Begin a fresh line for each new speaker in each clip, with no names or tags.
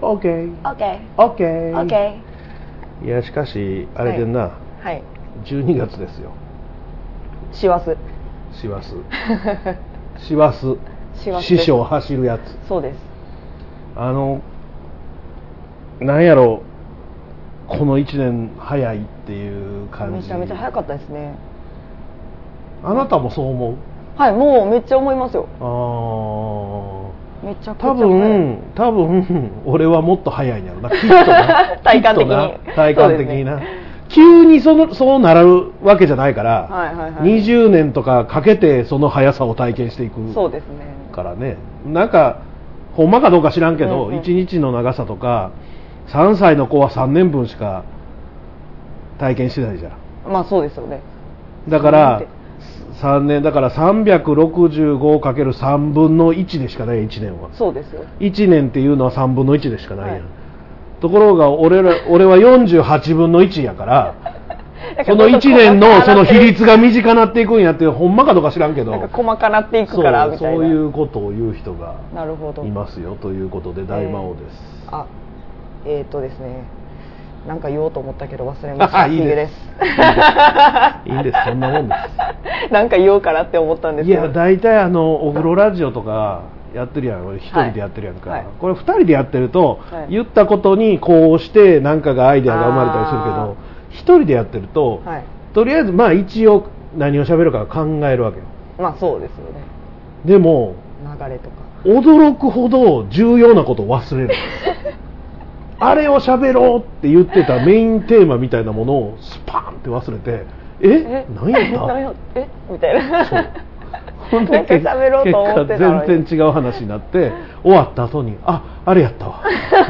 OK、
OK
OK、
OK
いや、しかし、あれでな、
はい
12月ですよ、
師走
師走、師走、
師走
師匠走るやつ、
そうです
あの、なんやろ、この1年早いっていう感
め
じ、
ちゃめちゃ早かったですね
あなたもそう思う
はいもうめっちゃ思いますよ
あー
めちゃくちゃ
多
早い
分多分俺はもっと早いんやろ なきっとな
体感
きっと
的に
な体感的にな、
そうで
急にそのそうなるわけじゃないから、
はいはいはい
20年とかかけてその速さを体験していく
そうですね
からねなんかほんまかどうか知らんけど、
うんうん
1日の長さとか3歳の子は3年分しか体験してないじゃん
まあそうですよね
だか
そう
ら
なんて
3年だから 365×3 分の1でしかない1年は
そうですよ
1年っていうのは3分の1でしかないやん、
はい
ところが俺ら俺は48分の1や からその1年
なん
の
か
その比率が短なっていくんやってほんまかどうか知らんけど
なんか細かなっていくから
そう
みたいな
そういうことを言う人が
なるほど
いますよということで大魔王です、
あえっ、ー、とですねなんか言おうと思ったけど忘れました
あいいです
ヒゲ
いいんですそんなもんです
です なんか言おうかなって思ったんです
い
けど
や大体あのお風呂ラジオとかやってるやん俺一人でやってるやんか、
はい
これ二人でやってると、
はい
言ったことにこうして何かがアイデアが生まれたりするけど一人でやってると、
はい
とりあえずまあ一応何を喋るか考えるわけよ
まあそうですよね
でも
流れとか
驚くほど重要なことを忘れ るあれを喋ろうって言ってたメインテーマみたいなものをスパーンって忘れてえ何やっ
何
た
やったえみたいな
そう
な
ほ
ん
ん
か
で
喋ろうと思って
結
たの
果全
に
然違う話にな って終わった後にああれやったわ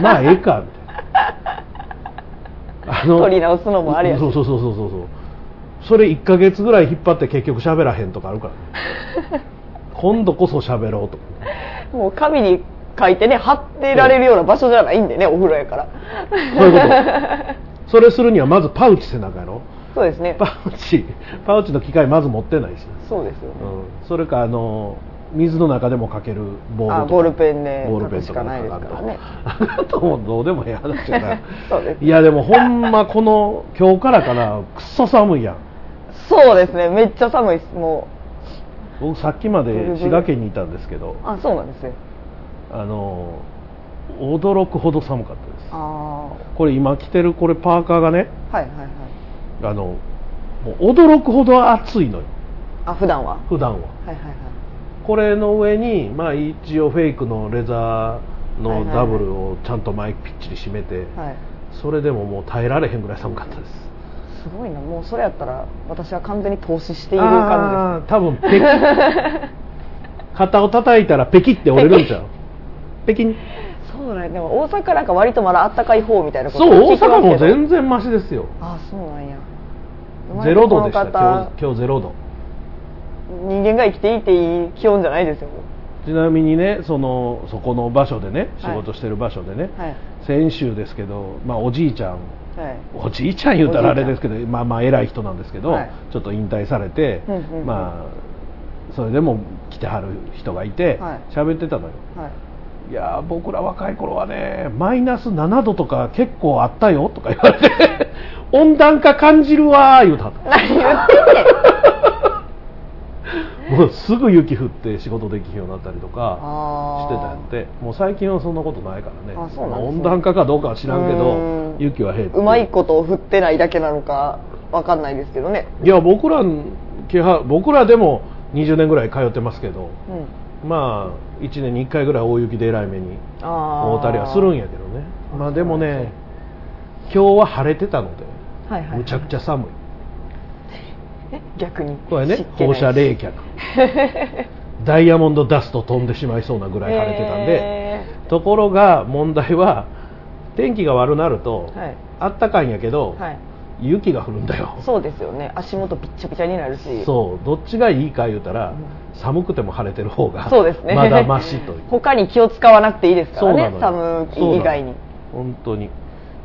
まあええかみたいなあ
取り直すのもあれやし
そうそうそうそうそうそうそれ1ヶ月ぐらい引っ張って結局喋らへんとかあるからね 今度こそ喋ろうとかね
もう紙に書いてね貼ってられるような場所じゃないんでねお風呂やから
そういうことそれするにはまずパウチ背中やろ
そうですね
パウチパウチの機械まず持ってないしね、
そうですよね、
うん、それかあの水の中でもかけるボールとか
あボールペンで
ボールペンとか
書くしかないですからね
あともうどうでもええ話やな
そうです
いやでもほんまこの今日からかなくっそ寒いやん
そうですねめっちゃ寒いですも
僕さっきまで滋賀県にいたんですけど
うあそうなんですね
あの驚くほど寒かったです
ああは
これ今着てるこれパーカーがね
いはいはい
あのもう驚くほど暑いのよ
あ普段はは
普段はい
はいはい
これの上に、まあ、一応フェイクのレザーのダブルをちゃんと前ぴっちり締めて、
はい
それでももう耐えられへんぐらい寒かったです
すごいなもうそれやったら私は完全に投資している感
あー多分ペキ 肩を叩いたらペキって折れるんちゃうペキン
じですそうなんやでも大阪なんか割とまだあったかい方みたいなこと
そう
聞
大
いてま
阪
すけど
も全然マシですよ
あそうなんや
ゼロ度でした
生まれ
今
て
日今日ゼロ度
この方人間が生きていいっていい気温じゃないですよ
ちなみにねそのそこの場所でね仕
はい
事してる場所でね、
はい
先週ですけど、まあ、おじいちゃん
はい
おじいちゃん言うたらあれですけどまあまあ偉い人なんですけど、
はい
ちょっと引退されて、
うんうんうん
まあそれでも来てはる人がいて
はい
喋、ってたのよ
はい
いやー僕ら若い頃はねマイナス7度とか結構あったよとか言われて 温暖化感じるわー言うたの
何言ってんねん
もうすぐ雪降って仕事できひんようになったりとかし
あ
てたんやってもう最近はそんなことないからね
あそう
まあ
なんですね
温暖化かどうかは知らんけ
う
ど
ん
雪は減って
うまいことを振ってないだけなのかわかんないですけどね
いや僕ら気配僕らでも20年ぐらい通ってますけど
うん
まあ1年に1回ぐらい大雪でえらい目に
あ
遭うたりはするんやけどねまあでもね今日は晴れてたので
はいはい、はい、
むちゃくちゃ寒い
え逆に
これね
湿気
放
ない
射冷却 ダイヤモンドダスト飛んでしまいそうなぐらい晴れてたんで、
え
ところが問題は天気が悪なると、
ーはい
あったかいんやけど、
はい
雪が降るんだよ
そうですよね足元びっちゃびちゃになるし
そうどっちがいいか言うたら、
うん
寒くても晴れてる方が
そうですね
まだマシという
他に気を使わなくていいですか
そう
らね
なのよ
寒い以外に
本当に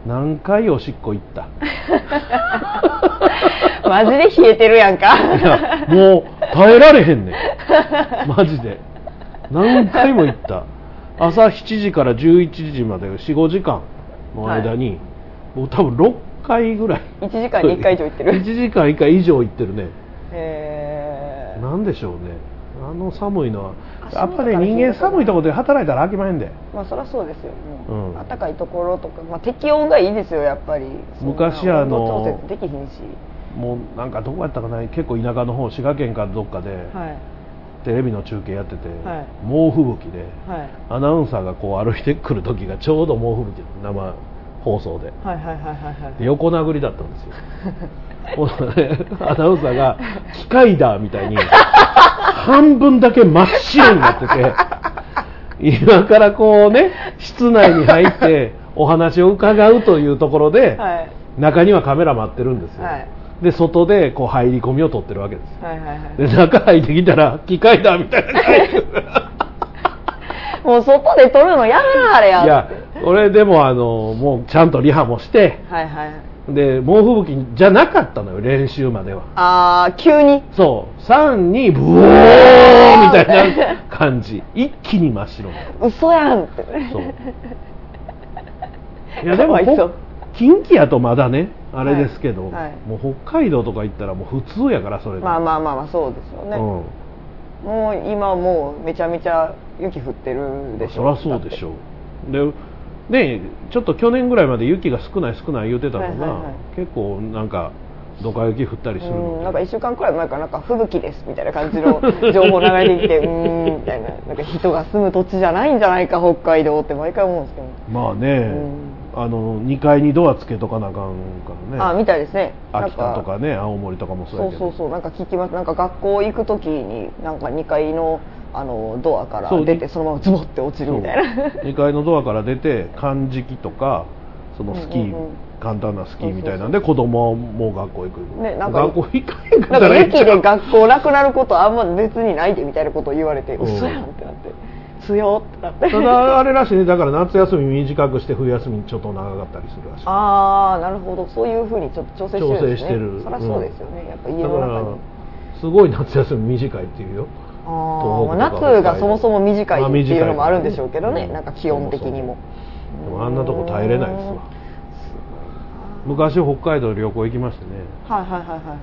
何回おしっこ行った
マジで冷えてるやんか
いやもう耐えられへんねんマジで何回も行った朝7時から11時まで45時間の間に、もう多分6回ぐらい
1時間に1回以上行って
1
る
時間1回以上行ってるね
へえ
なんでしょうねあの寒いのは
あ
やっぱ
そうだ
り
から
人間寒いところで働いたら飽きまへんで
まあそりゃそうですよもう、
うん
暖かいところとか、まあ、適温がいいですよやっぱりそんな
昔あの
温度調節できひんし
もうなんかどこやったかな結構田舎の方滋賀県かどっかで、
はい
テレビの中継やってて、
はい
猛吹雪で
はい
アナウンサーがこう歩いてくる時がちょうど猛吹雪生放送で
はいはいはいはい
で横殴りだったんですよほんでねアナウンサーが機械だみたいに半分だけ真っ白になってて今からこうね室内に入ってお話を伺うというところで、
はい
中にはカメラ待ってるんですよ、
はい
で外でこう入り込みを撮ってるわけですよ
はいはいはい
で中入ってきたら機械だみたいな感じ
もう外で撮るのやめなあれや
いや俺でもあのもうちゃんとリハもして
はいはい
で猛吹雪じゃなかったのよ練習までは
ああ急に
そう32ブオーみたいな感じ一気に真っ白
嘘やんって
そういやでも
かわいそう
近畿やとまだねあれですけど、
はいはい
もう北海道とか行ったらもう普通やからそれで
まあまあまあまあそうですよね、
うん
もう今もうめちゃめちゃ雪降ってるでし
そり
ょ
ゃそうでしょうでねちょっと去年ぐらいまで雪が少ない少ない言うてたのが、
はいはいはい
結構なんかどか雪降ったりするの
う
で
んなんか1週間くらい前からなんか吹雪ですみたいな感じの情報流れてきてうーんみたいななんか人が住む土地じゃないんじゃないか北海道って毎回思うんですけど、
まあね、
ん
あの2階にドアつけとかなあかんからね
あみたいですねなん
秋田とかね青森とかもそう
そ
や
う
けど
そうそうなんか聞きますなんか学校行く時になんか2階のあのドアから
そう
出てそのままズボって落ちるみたいな
2階のドアから出て漢字機とかそのスキー、
うんうんうん
簡単なスキーみたいなんで子供はもう学校行く、
ねなんか
学校行かへんかっ
なん
た
から
いいん
駅
ちゃう
で学校なくなることあんま別にないでみたいなことを言われて
うん
嘘やんってなって強ってなって
ただあれらしいねだから夏休み短くして冬休みちょっと長かったりするらしい
ああなるほどそういうふうにちょっと調整してるんです
調
ね
整してる
そりゃそうですよね、やっぱ家
だ
の
か
中
ら
に
すごい夏休み短いっていうよ
ああ、ま
東北とか
あ、夏がそもそも短い
まあ
っていうのもあるんでしょうけどね、
短い
なんか気温的にも
でもあんなとこ耐えれないです
うん
わ昔北海道旅行行きましてね
はいはいはいは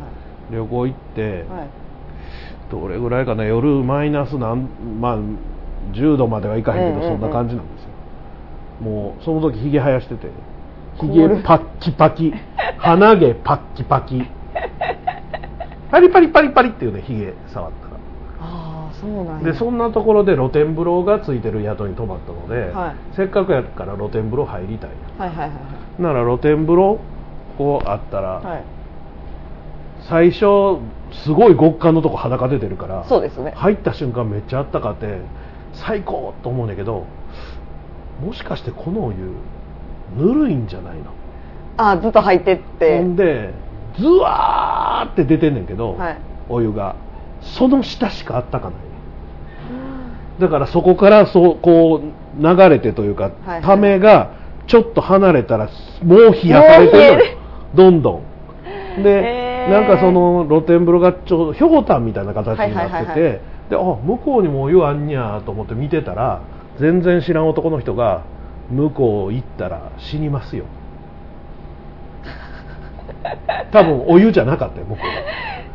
旅行行って
いはいはい
どれぐらいかな夜マイナスなん、まあ、10度まではいかへんけど
うんうんう
そん
ん
な感じなんですよもうその時ひげ生やして てひ
凍
げ
る
パッキパキ鼻毛パッキパキパリパリパリパリっていうねひげ触ったら
ああそうなんや
でそんなところで露天風呂がついてる宿に泊まったので、
はい
せっかくやから露天風呂入りたい
はいはいはい
なら露天風呂こうあったら、
はい、はい、
最初すごい極寒のとこ裸出てるから
そうですね
入った瞬間めっちゃあったかって最高と思うねんだけどもしかしてこのお湯ぬるいんじゃないの
ああずっと入ってって
ほんでズワーって出てんねんけど、
はい
お湯がその下しかあったかないだからそこからそうこう流れてというか、
はい
ためがちょっと離れたらもう冷やされてるのよどんどん
へ
で
ー
なんかその露天風呂がちょうどひょうたんみたいな形に
はい
なって
はい
て、
はいはい
であ向こうにもお湯あんにゃーと思って見てたら全然知らん男の人が向こう行ったら死にますよ 多分お湯じゃなかったよ向こ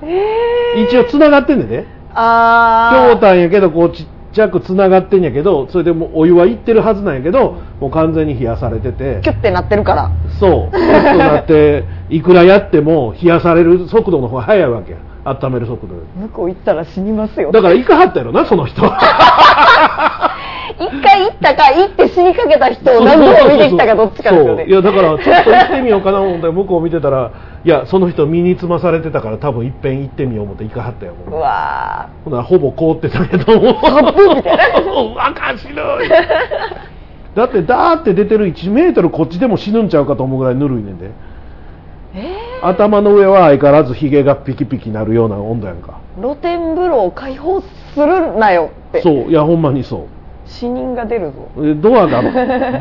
うが一応つながってんねんね
ああ
ひょうたんやけどこうちっちゃくつながってんやけどそれでもうお湯は行ってるはずなんやけどもう完全に冷やされてて
キュッてなってるから
そうそうなっていくらやっても冷やされる速度の方が速いわけや温める速度より
向こう行ったら死にますよ
だから行かはったやろなその 人は
一回行ったか行って死にかけた人を何度も見てきたかどっちかですよね
そういやだからちょっと行ってみようかな思って向こう見てたらいやその人身につまされてたから多分いっぺん行ってみよう思って行かはったや
う
もん
わ
ほなほぼ凍ってたけども
ブみたいな
赤白いだってダーって出てる1メートルこっちでも死ぬんちゃうかと思うぐらいぬるいねんで頭の上は相変わらずヒゲがピキピキなるような温度やんか
ー露天風呂を開放するなよって
そういやほんまにそ
死人が出るぞ
うでドアが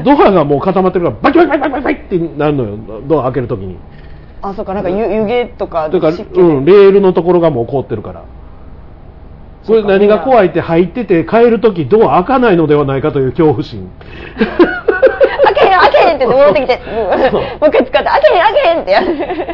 ドアがもう固まってるからバキバキバキバキバキバキってなるのよドア開けるときに
あそうかなんか湯湯気とか
というか、
湿気で
うん、レールのところがもう凍ってるからこれ何が怖いって入ってて帰るときドア開かないのではないかという恐怖心
開けへん開けへんって言って 戻ってきてうんもう一回使って開けへん開けへんってやる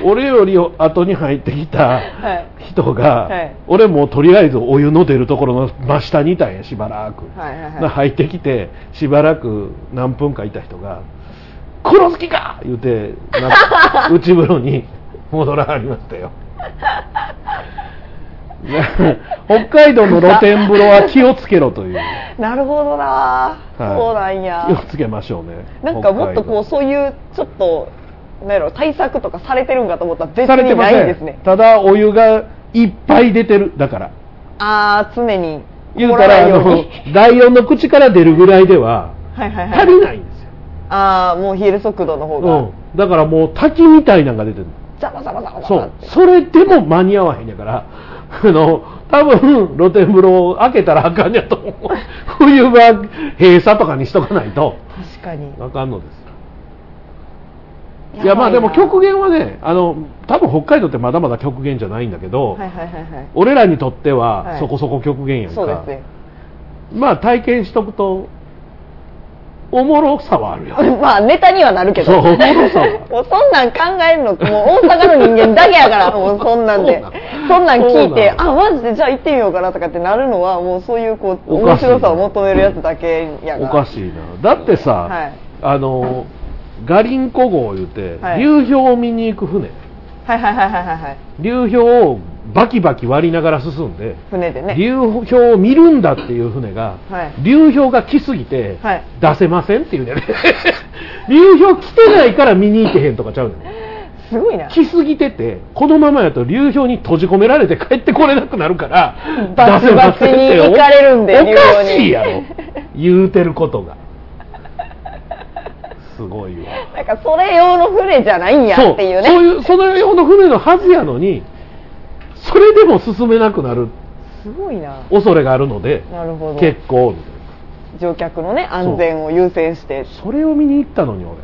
俺より後に入ってきた
はい
人が、
はい
俺もうとりあえずお湯の出るところの真下にいたんやしばらく、
はいは
な
いはい
入ってきてしばらく何分かいた人が「殺す気か!」言うて な内風呂に戻らはりましたよ北海道の露天風呂は気をつけろという、
なるほどな、
はい
そうなんや
気をつけましょうね
なんかもっとこう
北海道
そういうちょっとなんやろ対策とかされてるんかと思ったら別
されて
に
ま
な
せ
い
ん
んですね
ただお湯がいっぱい出てるだから
ああ常に
言う
怒
からら
な
あ
いよう
の
に
第4の口から出るぐらいでは
はいはいは
足
い
りないんですよ、
ああもう冷える速度の方が
うん、だからもう滝みたいなのが出てる
ザバザバザバザ
そ
バっ
う
て
それでも間に合わへんやから あの多分露天風呂を開けたらあかんやと思う冬場閉鎖とかにしとかないと
確かに
あかんのですいやまあでも極限はねあの多分北海道ってまだまだ極限じゃないんだけど、
はいはいはいはい
俺らにとって
は
はいそこそこ極限やんか、
そうですね
まあ体験しとくとおもろさはあるよ
まあネタにはなるけど
そうおもろさは
もうそんなん考えるのもう大阪の人間だけ やからもうそんなんで
そ
そ
うんな
なんん聞いて
そうな
あマジでじゃあ行ってみようかなとかってなるのはもうそういうこう
おか
面
しい
白さを求めるやつだけやから
おかしいなだってさ、
はい
あのガリンコ号言うて、
はい
流氷を見に行く船
はいはいはいはいはいはい
流氷をバキバキ割りながら進んで、
船でね
流氷を見るんだっていう船が、
はい
流氷が来すぎて、
はい
出せません っていうね流氷来てないから見に行けへんとかちゃうねん
すごいな
来すぎててこのままやと流氷に閉じ込められて帰ってこれなくなるから
バチバチに行かれるんで
お
流
か
氷に
しいやろ言うてることがすごいわ
なんかそれ用の船じゃないんや
そう
っていう
そう
ね
いうそのような船のはずやのにそれでも進めなくなる
すごいな
恐れがあるので
なるほど
結構みたいな
乗客のね安全を優先して
それを見に行ったのに俺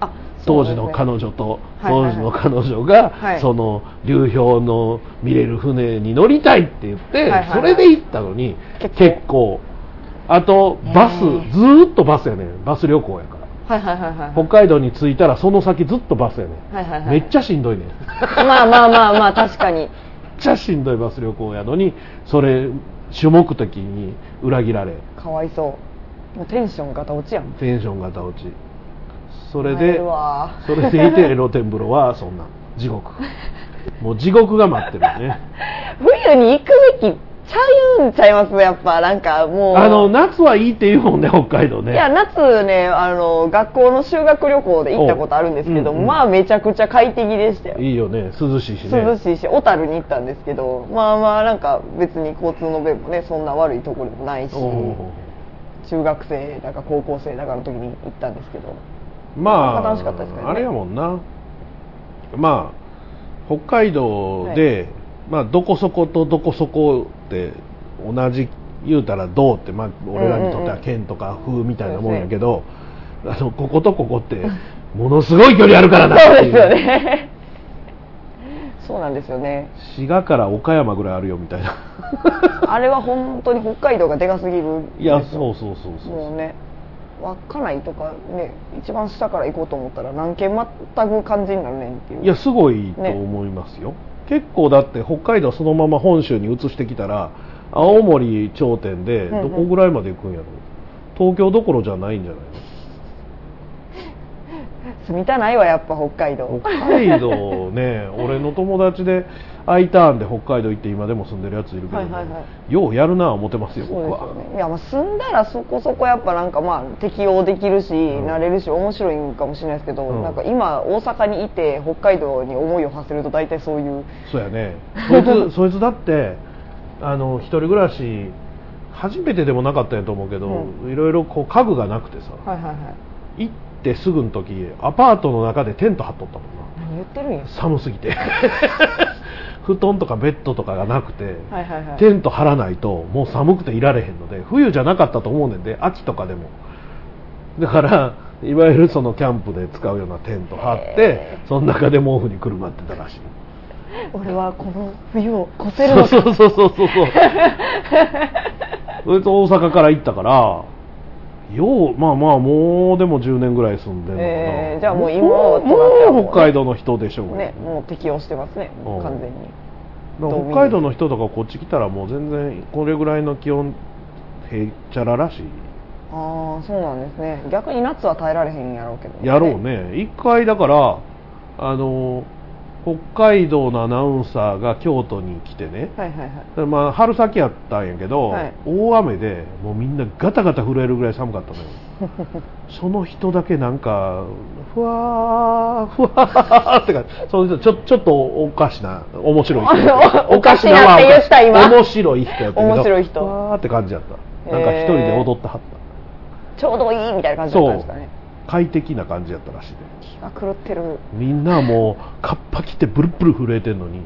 あ
当時の彼
女
女と
はいは
当
いはい
時の彼女が、
はい
その流氷の見れる船に乗りたいって言って、
いはいはい
それで行ったのに
結構
結構あとバス、
へー
ずーっとバスやねんバス旅行やから
はいはいはいはい
北海道に着いたらその先ずっとバスやねん、
はいはいはい
めっちゃしんどいねんめ
まあまあまあまあ確かに
っちゃしんどいバス旅行やのにそれ主目的に裏切られ
かわいそうもうテンションガタ落ちやん
テンションが落ちそ
そ
れで
わ
それでいて露天風呂はそんな地 獄もう地獄が待ってるね
冬に行くべきちゃうんちゃいますやっぱなんかもう
あの夏はいいって言うもんね北海道ね
いや夏ねあの学校の修学旅行で行ったことあるんですけど、
おうんうん
まあめちゃくちゃ快適でしたよ
いいよね涼しいしね
涼しいし小樽に行ったんですけどまあまあなんか別に交通の便もねそんな悪いところでもないし
お
中学生だか高校生だかの時に行ったんですけど
ーまあ
なかなか楽しかったですけどね
あれやもんなまあ北海道で、まあどこそことどこそこって同じ言うたらどうって、まあ、俺らにとっては県とか風みたいなもんやけど、あのこことここってものすごい距離あるからな
そう
ってい
ですよねそうなんですよね
滋賀から岡山ぐらいあるよみたい な
あれは本当に北海道がでかすぎるんです
い
よ
やそうそうそうそう
もうね稚内とかね一番下から行こうと思ったら何軒全く感じになるねんっていう
いやすごいと思いますよ、結構だって北海道そのまま本州に移してきたら青森頂点で
うんう
ど
ん
こぐらいまで行くんやろ、東京どころじゃないんじゃない
住みたないわやっぱ北海
の
道
北海道ね 俺の友達で I ターンで北海道行って今でも住んでるやついるけど、
はいはいは
ようやるな思ってます
そう
よ
です
僕は
よねいやまあ住んだらそこそこやっぱなんかまあ適応できるし、
ん
慣れるし面白いんかもしれないですけど、
うん
なんか今大阪にいて北海道に思いを馳せると大体そういう
そうやねそ いつそいつだってあの一人暮らし初めてでもなかったんやと思うけど、いろいろこう家具がなくてさ、
はいはいはい
行ってすぐの時アパートの中でテント張っとったもんな
何言ってるんや
寒すぎ て布団とかベッドとかがなくて、
はいはいはい
テント張らないともう寒くていられへんので冬じゃなかったと思うねんで秋とかでもだからいわゆるそのキャンプで使うようなテント張って、その中で毛布にくるまってたらしい
俺はこの冬を越せるの
そう
か
そうそう そうそうそれと大阪から行ったからようまあまあもうでも10年ぐらい住んでるのかな、
えーじゃあもう今
も
は
う
となったらもう
もう北海道の人でしょう
ねもう適応してますね
うん
完全に
だから北海道の人とかこっち来たらもう全然これぐらいの気温へっちゃららしい
ああそうなんですね逆に夏は耐えられへんやろうけど
やろうね一回だからあの北海道のアナウンサーが京都に来てね、
はいはいはい
でまあ、春先やったんやけど、
はい
大雨でもうみんなガタガタ震えるぐらい寒かった のよその人だけなんかふわーふわーってかその人ちょちょっとおかしな面白い人やった
おおかしなって言った今
面白い人やったけど
面白い人
ふわーって感じやったなんか一人で踊ってはっ
ちょうどいいみたいな
た
感じだったんですかね
快適な感じやったらしいで
気が狂ってる
みんなもうカッパ着てブルブル震えてん のに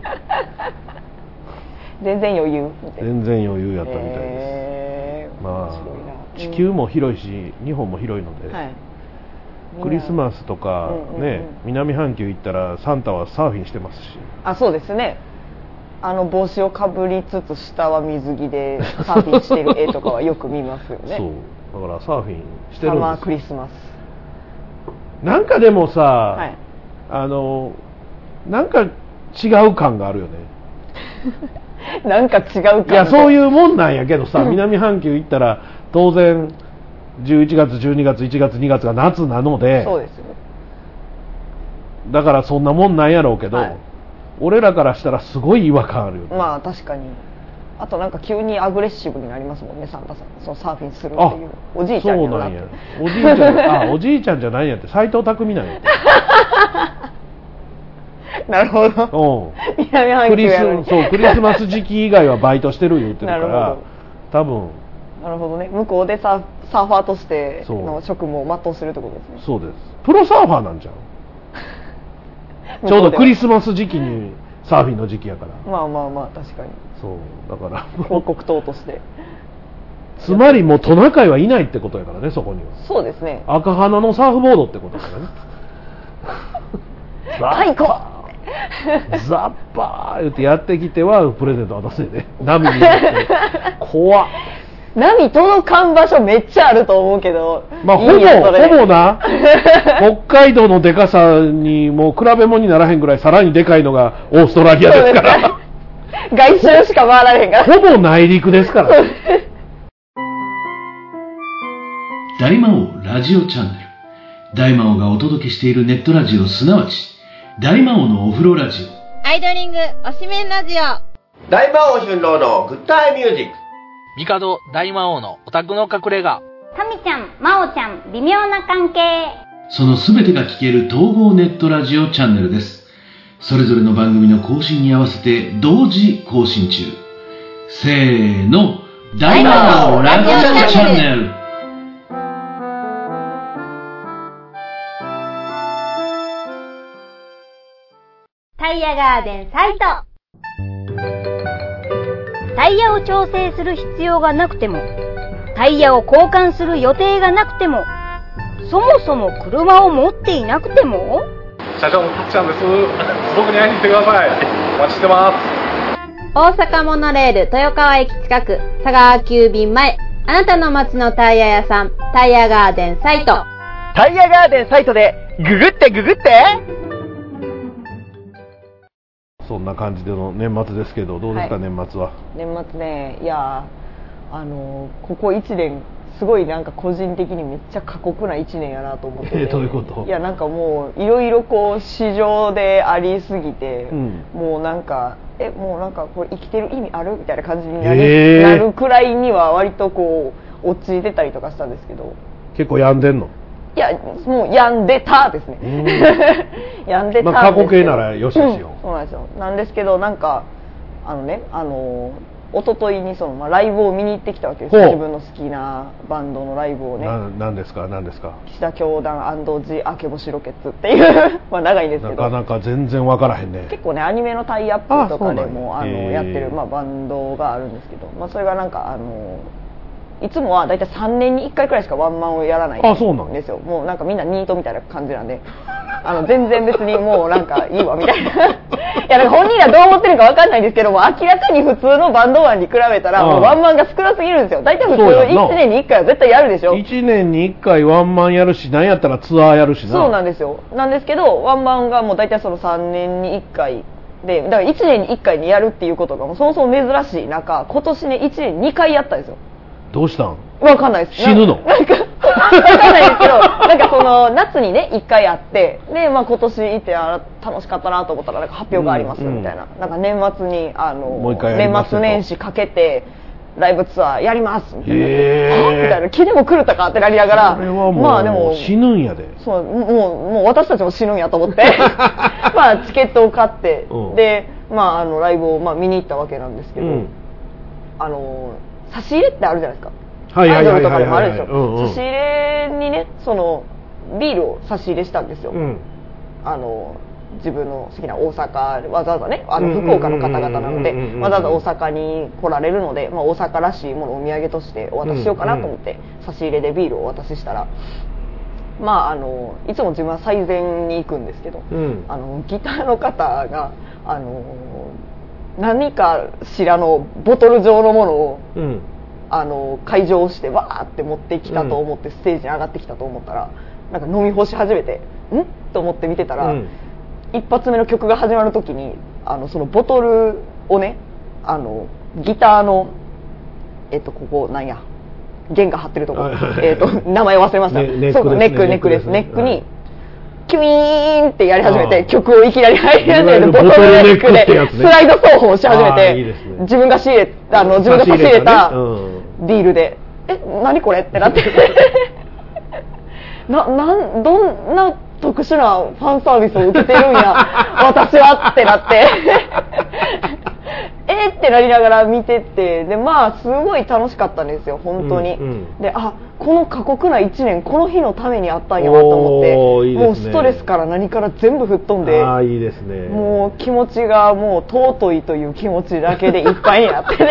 全然余裕みたいな
全然余裕やったみたいです、
へー面
ま
白
あ、
いな
地球も広いし、日本も広いの
う
で、
んはい
クリスマスとか、
うんうんうん
ね南半球行ったらサンタはサーフィンしてますし
あそうですねあの帽子をかぶりつつ下は水着でサーフィンしてる絵とかはよく見ますよね
そうだからサーフィンしてる
サマー
ん
ク
で
リスマス
すなんかでもさ、
はい
あのなんか違う感があるよね
なんか違う
い
か
やそういううもんなんやけどさ南半球行ったら当然11月12月1月2月が夏なので
そうですよね
だからそんなもんなんやろうけど、
はい
俺らからしたらすごい違和感あるよね、
まあ確かにあとなんか急にアグレッシブになりますもんねサンタさんそのサーフィンするっていうおじいちゃん
そう
やろ
なんや
だって
おじいちゃんあ おじいちゃんじゃないんやって斎藤匠 なんやって
なるほど
う
南半
んク
球
リス
やのに
そうクリスマス時期以外はバイトしてる言うてるか
なる
ら
ほど
多分
なるほどね向こうでサーサーファーとして
そう
の職務を全うするってことですね
そうですプロサーファーなんじゃんちょうどクリスマス時期にサーフィンの時期やから
まあまあまあ確かに
そうだから
広告塔として
つまりもうトナカイはいないってことやからねそこには
そうですね
赤鼻のサーフボードってことだよ ねザ
最
ッ
高
パーザッパー言ってやってきてはプレゼント渡せね波に乗っ て怖っ
波届かん場所めっちゃあると思うけど
まあ
い
ほ
い
ぼ
よそれ
ほぼ な 北海道のでかさにもう比べ物にならへんぐらいさらにでかいのがオーストラリアですから
そう外周しか回られへんから
ほぼ内陸ですから
大魔王ラジオチャンネル。大魔王がお届けしているネットラジオ、すなわち、大魔王のお風呂ラジオ。
アイドリング推しメンラジオ
大魔王春郎のグッタイミュージック
帝大魔王のオタクの隠れ家。
タミちゃん、マオちゃん、微妙な関係。
そのすべてが聞ける統合ネットラジオチャンネルです。それぞれの番組の更新に合わせて同時更新中。せーの、大魔王ラジオチャンネル。
タイヤガーデンサイト。タイヤを調整する必要がなくても、タイヤを交換する予定がなくても、そもそも車を持っていなくても、
社長もたっちゃんです。僕に会いに来てください。お待ちしてます。
大阪モノレール豊川駅近く佐川急便前あなたの街のタイヤ屋さんタイヤガーデンサイト
タイヤガーデンサイトでググってググって
そんな感じでの年末ですけどどうですか、
はい
年末は
年末ねいやーあのーここ1年すごいなんか個人的にめっちゃ過酷な1年やなと思ってて
えどういうこと
いやなんかもういろいろこう市場でありすぎて、
うん
もうなんかえもうなんかこれ生きてる意味あるみたいな感じになる,、
えー
なるくらいには割とこう陥ってたりとかしたんですけど
結構病んでんの
いやもう病んでたですね、病んでたんですけど
まあ過去形ならよしですよ
うんそうなんですよなんですけどなんかあのねあの一昨日にその、まあ、ライブを見に行ってきたわけですよ
ほう
自分の好きなバンドのライブをね
ななんですかなんですか
岸田教団 &G あけぼしロケッツっていう まあ長いんです
な
け
か
ど
なか全然わからへんね
結構ねアニメのタイアップとかでも
あ
あ
そうなんや
の
へー
やってる、まあ、バンドがあるんですけど、まあ、それがなんかあのいつもは大体3年に1回くらいしかワンマンをやらない
あそうなん
んですよもうなんかみんなニートみたいな感じなんであの全然別にもうなんかいいわみたいな いやなんか本人らどう思ってるかわかんないんですけども明らかに普通のバンドマンに比べたら
うん
もうワンマンが少なすぎるんですよ大体普通
そうやんな
1年に1回は絶対やるでしょ
1年に1回ワンマンやるしなんやったらツアーやるしな
そうなんですよなんですけどワンマンがもう大体その3年に1回でだから1年に1回にやるっていうことがもうそもそも珍しい中今年ね1年に2回やったんですよ
どうしたん
わかんないです
死ぬの
なんか、 わかんないですけど、なんかその、夏にね、一回あって、で、まあ今年行って、あ楽しかったなと思ったら、なんか発表があります
うん
みたいな。なんか年末に、あの、
もう一回やりま
年
すと
末年始かけて、ライブツアーやりますみたいな。
へ
はみたいな、気でも来るたかってなりながら、
これは
まあで
も
も
う、死ぬんやで
そうもうもうもう私たちも死ぬんやと思って まあチケットを買って、
うん
で、まあ、あのライブを、まあ、見に行ったわけなんですけ
う
ど、
ん
あの差し入れってあるじゃないですか
はいは
ア
い
イド
は
ル
い
とか
はい
でもあ
は
る
い
でし
うんう
ょ差し入れにねそのビールを差し入れしたんですよ、
ん
あの自分の好きな大阪わざわざねあ
うん
の福岡の方々なので
うんうんうんうん
わざわざ大阪に来られるので、まあ、大阪らしいものをお土産としてお渡ししようかなと思って差し入れでビールをお渡ししたら、まあ、あのいつも自分は最前に行くんですけど、
うん
あのギターの方があの何かしらのボトル状のものを
うん
あの会場をしてわーって持ってきたと思ってステージに上がってきたと思ったら、なんか飲み干し始めてんと思って見てたら、
うん
一発目の曲が始まる時にあのそのボトルをねあのギターのえっとここなんや弦が張ってるとこ
はいはいはい
えっと名前忘れました、
ねネックですね
そうそうネック
ネ
ネ
ッ
ッ
ク
ク
で
ですす
ね
ネックに、
はい
キュイーンってやり始め
あ
て
ー
曲をいきなり入り始め
いわゆ
て
る
ボトルネッ
ボトル
ク
ネックって
で
やつね
スライド奏法をし始め
あーいいで
て
すね
自分が仕入れあの自分が差し入れ
差
た
し入れ
ビールで「え何これ?」ってなってななんどんな特殊なファンサービスを受けてるん や私はってなって えってなりながら見ててでまあすごい楽しかったんですよ本当に、
うんうん
であこの過酷な1年この日のためにあったんやなと思って
おーいいですね
もうストレスから何から全部吹っ飛ん
た
で
ああいいですね
もう気持ちがもう尊いという気持ちだけでいっぱいになって ね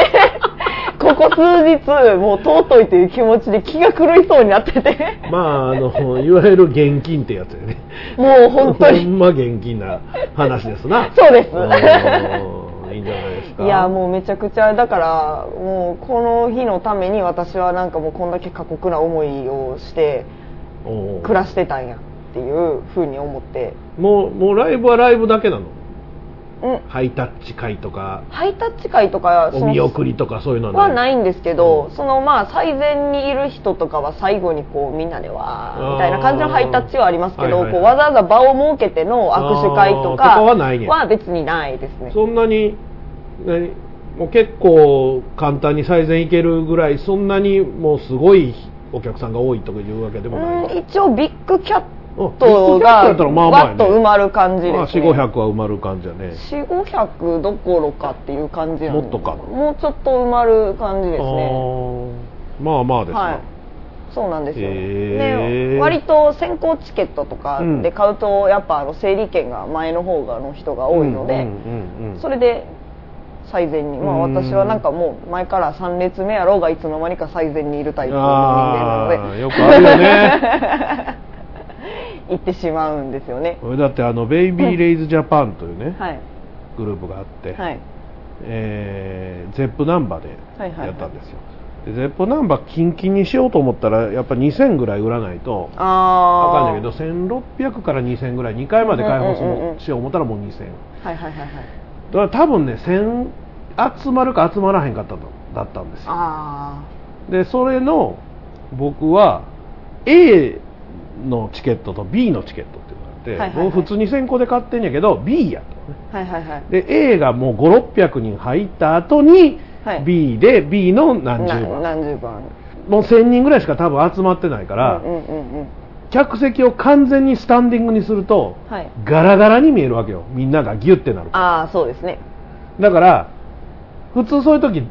ここ数日もう尊いという気持ちで気が狂いそうになってて
まああの いわゆる現金ってやつよね
もう本当
ほ
に
んま現金な話ですな
そうです
うんいいんじゃないですか
いやもうめちゃくちゃだからもうこの日のために私はなんかもうこんだけ過酷な思いをして
おう
暮らしてたんやっていうふうに思って
もうもうライブはライブだけなの
うん
ハイタッチ会とか
ハイタッチ会とか
お見送りとかそういうの
はないいんですけど、そのまあ最前にいる人とかは最後にこうみんなでわ
あー
ーみたいな感じのハイタッチはありますけど、
はいはいはい
こうわざわざ場を設けての握手会と
あーとか
か
はないね
は別にないですね
そんなに何もう結構簡単に最善いけるぐらいそんなにもうすごいお客さんが多いとかいうわけで
う
もない
ん一応ビッグキャッ
お
ト
ビッグキャットや
が
ったらまあまあやね
わっと埋まる感じですね、
まあ、4 5 0 0は埋まる感じやね
4500どころかっていう感じなんで
もっとか
もうちょっと埋まる感じです
あ
ね
ーまあまあですな、
はいそうなんですよ、
へー
で割と先行チケットとか
うん
で買うと、やっぱあの整理券が前の方がの人が多いので、
うんうんうん
それで最前に、まあ、
うん
私はなんかもう前から3列目やろうがいつの間にか最前にいるタイプの人間な
あ
の
ー
で
よくあるよね
行ってしまうんですよね
これだってあのベイビーレイズジャパンというね、
はい、
グループがあって、
はい、
えーゼップナンバーで
はいはい
やったんですよ、でゼップナンバーキンキンにしようと思ったらやっぱ2000ぐらい売らないとあ
あ
かん
あ
ねんけど1600から2000ぐらい2回まで開放する
うんうんうんうん
しよう思ったらもう2000
はいはいはいはい
だから多分ね1000集まるか集まらへんかったのだったんですよ
あ
でそれの僕は A のチケットと B のチケットっていうのがあって、
はいはいはい
もう普通に先行で買ってんやけど B やとね
あはいはいはい
で A がもう5600人入った後に、
はい
B で B の何十
な
番
何十番
もう1000人ぐらいしか多分集まってないから、
うんうんうん
客席を完全にスタンディングにすると
はい
ガラガラに見えるわけよみんながギュッてなるから
ああそうですね
だから普通そういう時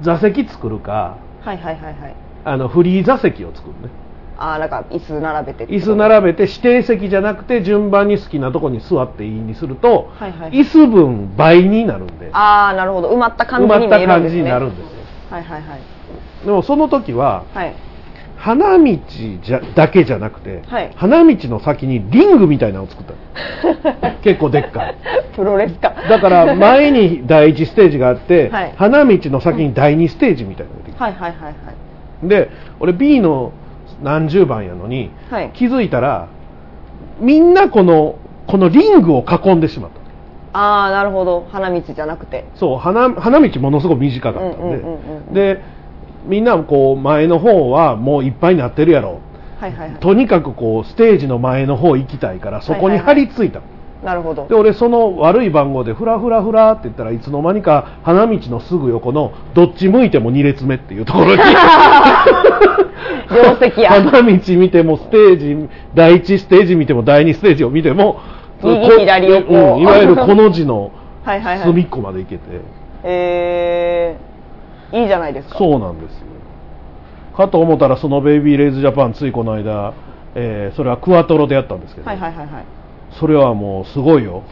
座席作るか
はいはいはいはい
あのフリー座席を作るね
ああなんか椅子並べて
椅子並べて指定席じゃなくて順番に好きなとこに座っていいにすると、
はいはい
椅子分倍になるんで
ああなるほど埋まった感
埋
じ
ま
に
っ
見
た
えるん
感
です
じ
ね
になるんですよ
はいはいはい
でもその時は
はい
花道じゃだけじゃなくて、
はい
花道の先にリングみたいなのを作った の結構でっかい
プロレスか
だ から前に第1ステージがあって、
はい
花道の先に第2ステージみたいなのができ
はいはいはい
たで俺 B の何十番やのに
はいはい
気づいたらみんなこのこのリングを囲んでしまった
ああなるほど花道じゃなくて
そう花花道ものすごく短かったんで、
うんうんうんうん
でみんなこう前の方はもういっぱいになってるやろ
はいはいは
とにかくこうステージの前の方行きたいからそこに張り付いた、
いなるほど
で俺その悪い番号でフラフラフラって言ったらいつの間にか花道のすぐ横のどっち向いても2列目っていうとこ ろに
定 石や
花道見てもステージ第1ステージ見ても第2ステージを見ても
右
こ
左横
うんいわゆるこの字 の
はいはいはい
隅っこまで行けて、
えー、いいじゃないですか
そうなんですよかと思ったらそのベイビーレイズジャパンついこの間、えーそれはクワトロでやったんですけど、
はいはいはいはい
それはもうすごいよ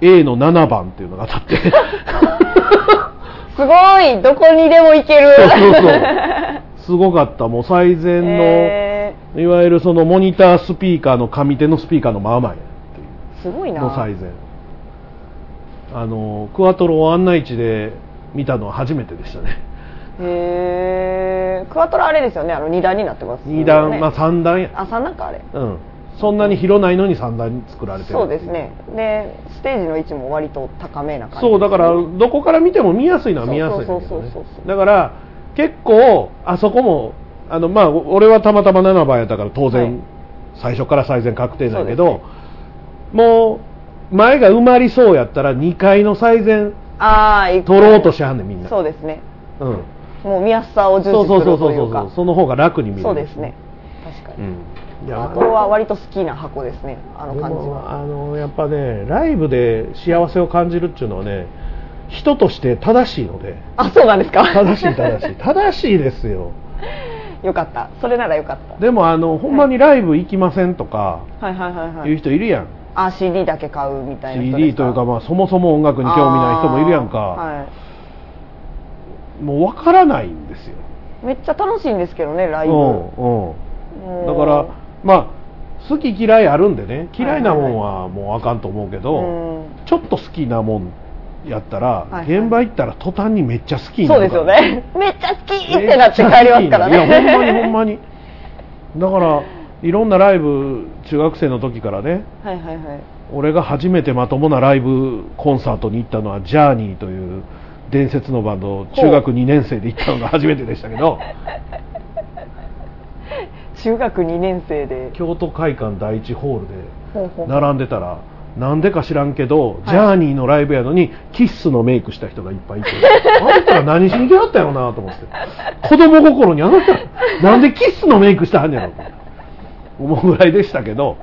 A の7番っていうのが当たって
すごいどこにでも行ける
そうそうそう すごかったもう最善の、
え
いわゆるそのモニタースピーカーの上手のスピーカーの真前っていう
ー、すごいな
の最善あのクワトロを案内地で見たのは初めてでしたね
へえクワトロあれですよねあの二段になってますよね
2段、まあ3段や
あ三段かあれ
うんそんなに広ないのに3段に作られてる
そう
ってい
ですねでステージの位置も割と高めな感じ
そうだからどこから見ても見やすいのは見やすいんだけ
そう
ど
そうそうそう
ね
そう
だから結構あそこもあのまあ俺はたまたま7番やったから当
はい
然最初から最善確定だけど、
そうで
もう前が埋まりそうやったら2階の最善
ああ取
取ろうとしはんねんみんな
そうですね
うん
もう見やすさを重視す
そう
る
そうそうそ
と
う
い
そう
うか
そうの方が楽に見える
そうですね確か
う
に、
んいや
あとは割と好きな箱ですねあの
で
感じ
も
は
あのやっぱねライブで幸せを感じるっていうのはね人として正しいので
あそうなんですか
正しい正 しい正しいですよ
よかったそれならよかった
でもあのほんまにライブ行きませんとか
はいはいはいはい
いう人いるやん、
あ CD だけ買うみたいな人です
CD というか、まあ、そもそも音楽に興味ない人もいるやんか、
あーはい
もう分からないんですよ、
めっちゃ楽しいんですけどねライブ
うんうん、
もう
だからまあ好き嫌いあるんでね嫌いなもんはもうあかんと思うけど、
うん
ちょっと好きなもんやったら、
はいはい
現場行ったら途端にめっちゃ好きにな
そう
る
で
か
すよ
ら
ね めっちゃ好きってなって帰りますからね
めっちゃ好きになるいやほんまにほんまにだからいろんなライブ中学生の時からね
はいはいはい
俺が初めてまともなライブコンサートに行ったのはジャーニーという伝説のバンドを中学2年生で行ったのが初めてでしたけど
中学2年生で
京都会館第一ホールで
ほうほう
並んでたらなんでか知らんけど、
い
ジャーニーのライブやのにキッスのメイクした人がいっぱいいてあんたら何しに来はったんやろなと思って子供心にあなたなんでキッスのメイクしたはんやろと思うぐらいでしたけど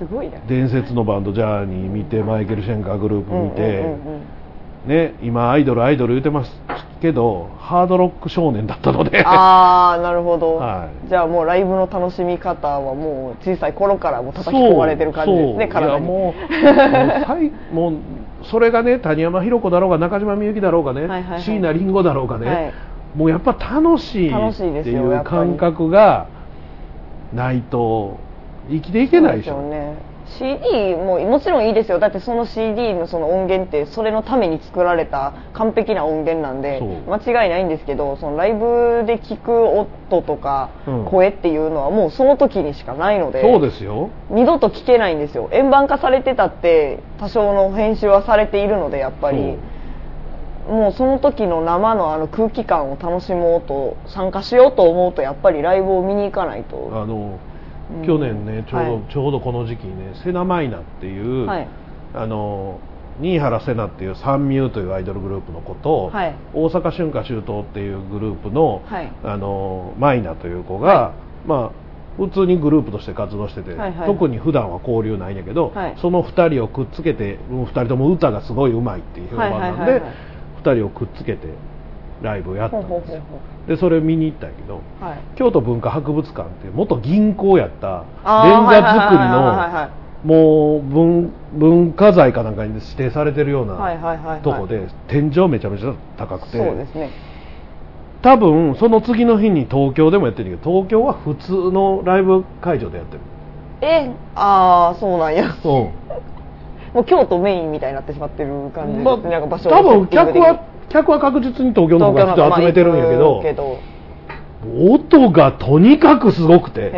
すごいな
伝説のバンドジャーニー見てマイケル・シェンカーグループ見て、
うんうんうんうん
ね、今アイドルアイドル言うてますけどハードロック少年だったので
あ あなるほど、
はい
じゃあもうライブの楽しみ方はもう小さい頃からもう叩き込まれてる感じですね
そうそうい
体
や
に
もうもう最 もうそれがね谷山ひろ子だろうが中島みゆきだろうがね、
はいはいはい
椎名林檎だろうがね、
はい
もうやっぱ楽しい
楽
って
しいです
い
よや
う
っぱり
感覚がないと生きていけないでし
そ
ょ
うですよね CD ももちろんいいですよだってその CD のその音源ってそれのために作られた完璧な音源なんで
そう
間違いないんですけどそのライブで聞く音とか
うん
声っていうのはもうその時にしかないので、
そうですよ
二度と聞けないんですよ円盤化されてたって多少の編集はされているのでやっぱりもうその時の生のあの空気感を楽しもうと参加しようと思うとやっぱりライブを見に行かない
そう
と
あの
うん
去年ねちょうど、
はい
ちょうどこの時期にねセナマイナっていう、
はい
あの新原瀬名っていう三ミューというアイドルグループの子と、
はい
大阪春夏秋冬っていうグループの,、
はい
あのマイナという子が、まあ普通にグループとして活動してて、
はいはい
特に普段は交流ないんやけど、
はい
その2人をくっつけてもう2人とも歌がすごい上手いっていう評判なん
はいはいはい
で
はい
2人をくっつけてライブをやったんですよ
ほうほうほうほ
でそれ見に行ったんやけど
はい
京都文化博物館っていう元銀行やった
あー
レンガ作り
はいはいはいはいはい
のもう文文化財かなんかに指定されてるよう
はいはいはいは
ないとこで天井めちゃめちゃ高くて
そうですね
多分その次の日に東京でもやってるんだけど東京は普通のライブ会場でやってる
えああそうなんや
うん
もう京都メインみたいになってしまってる感じですね、
まあ
なんか場所
多分
セッティン
客
グ的に
は客は確実に東京の方が
東京の方
人集めてるんやけ
まあ
ど
行くけど
音がとにかくすごくて
へ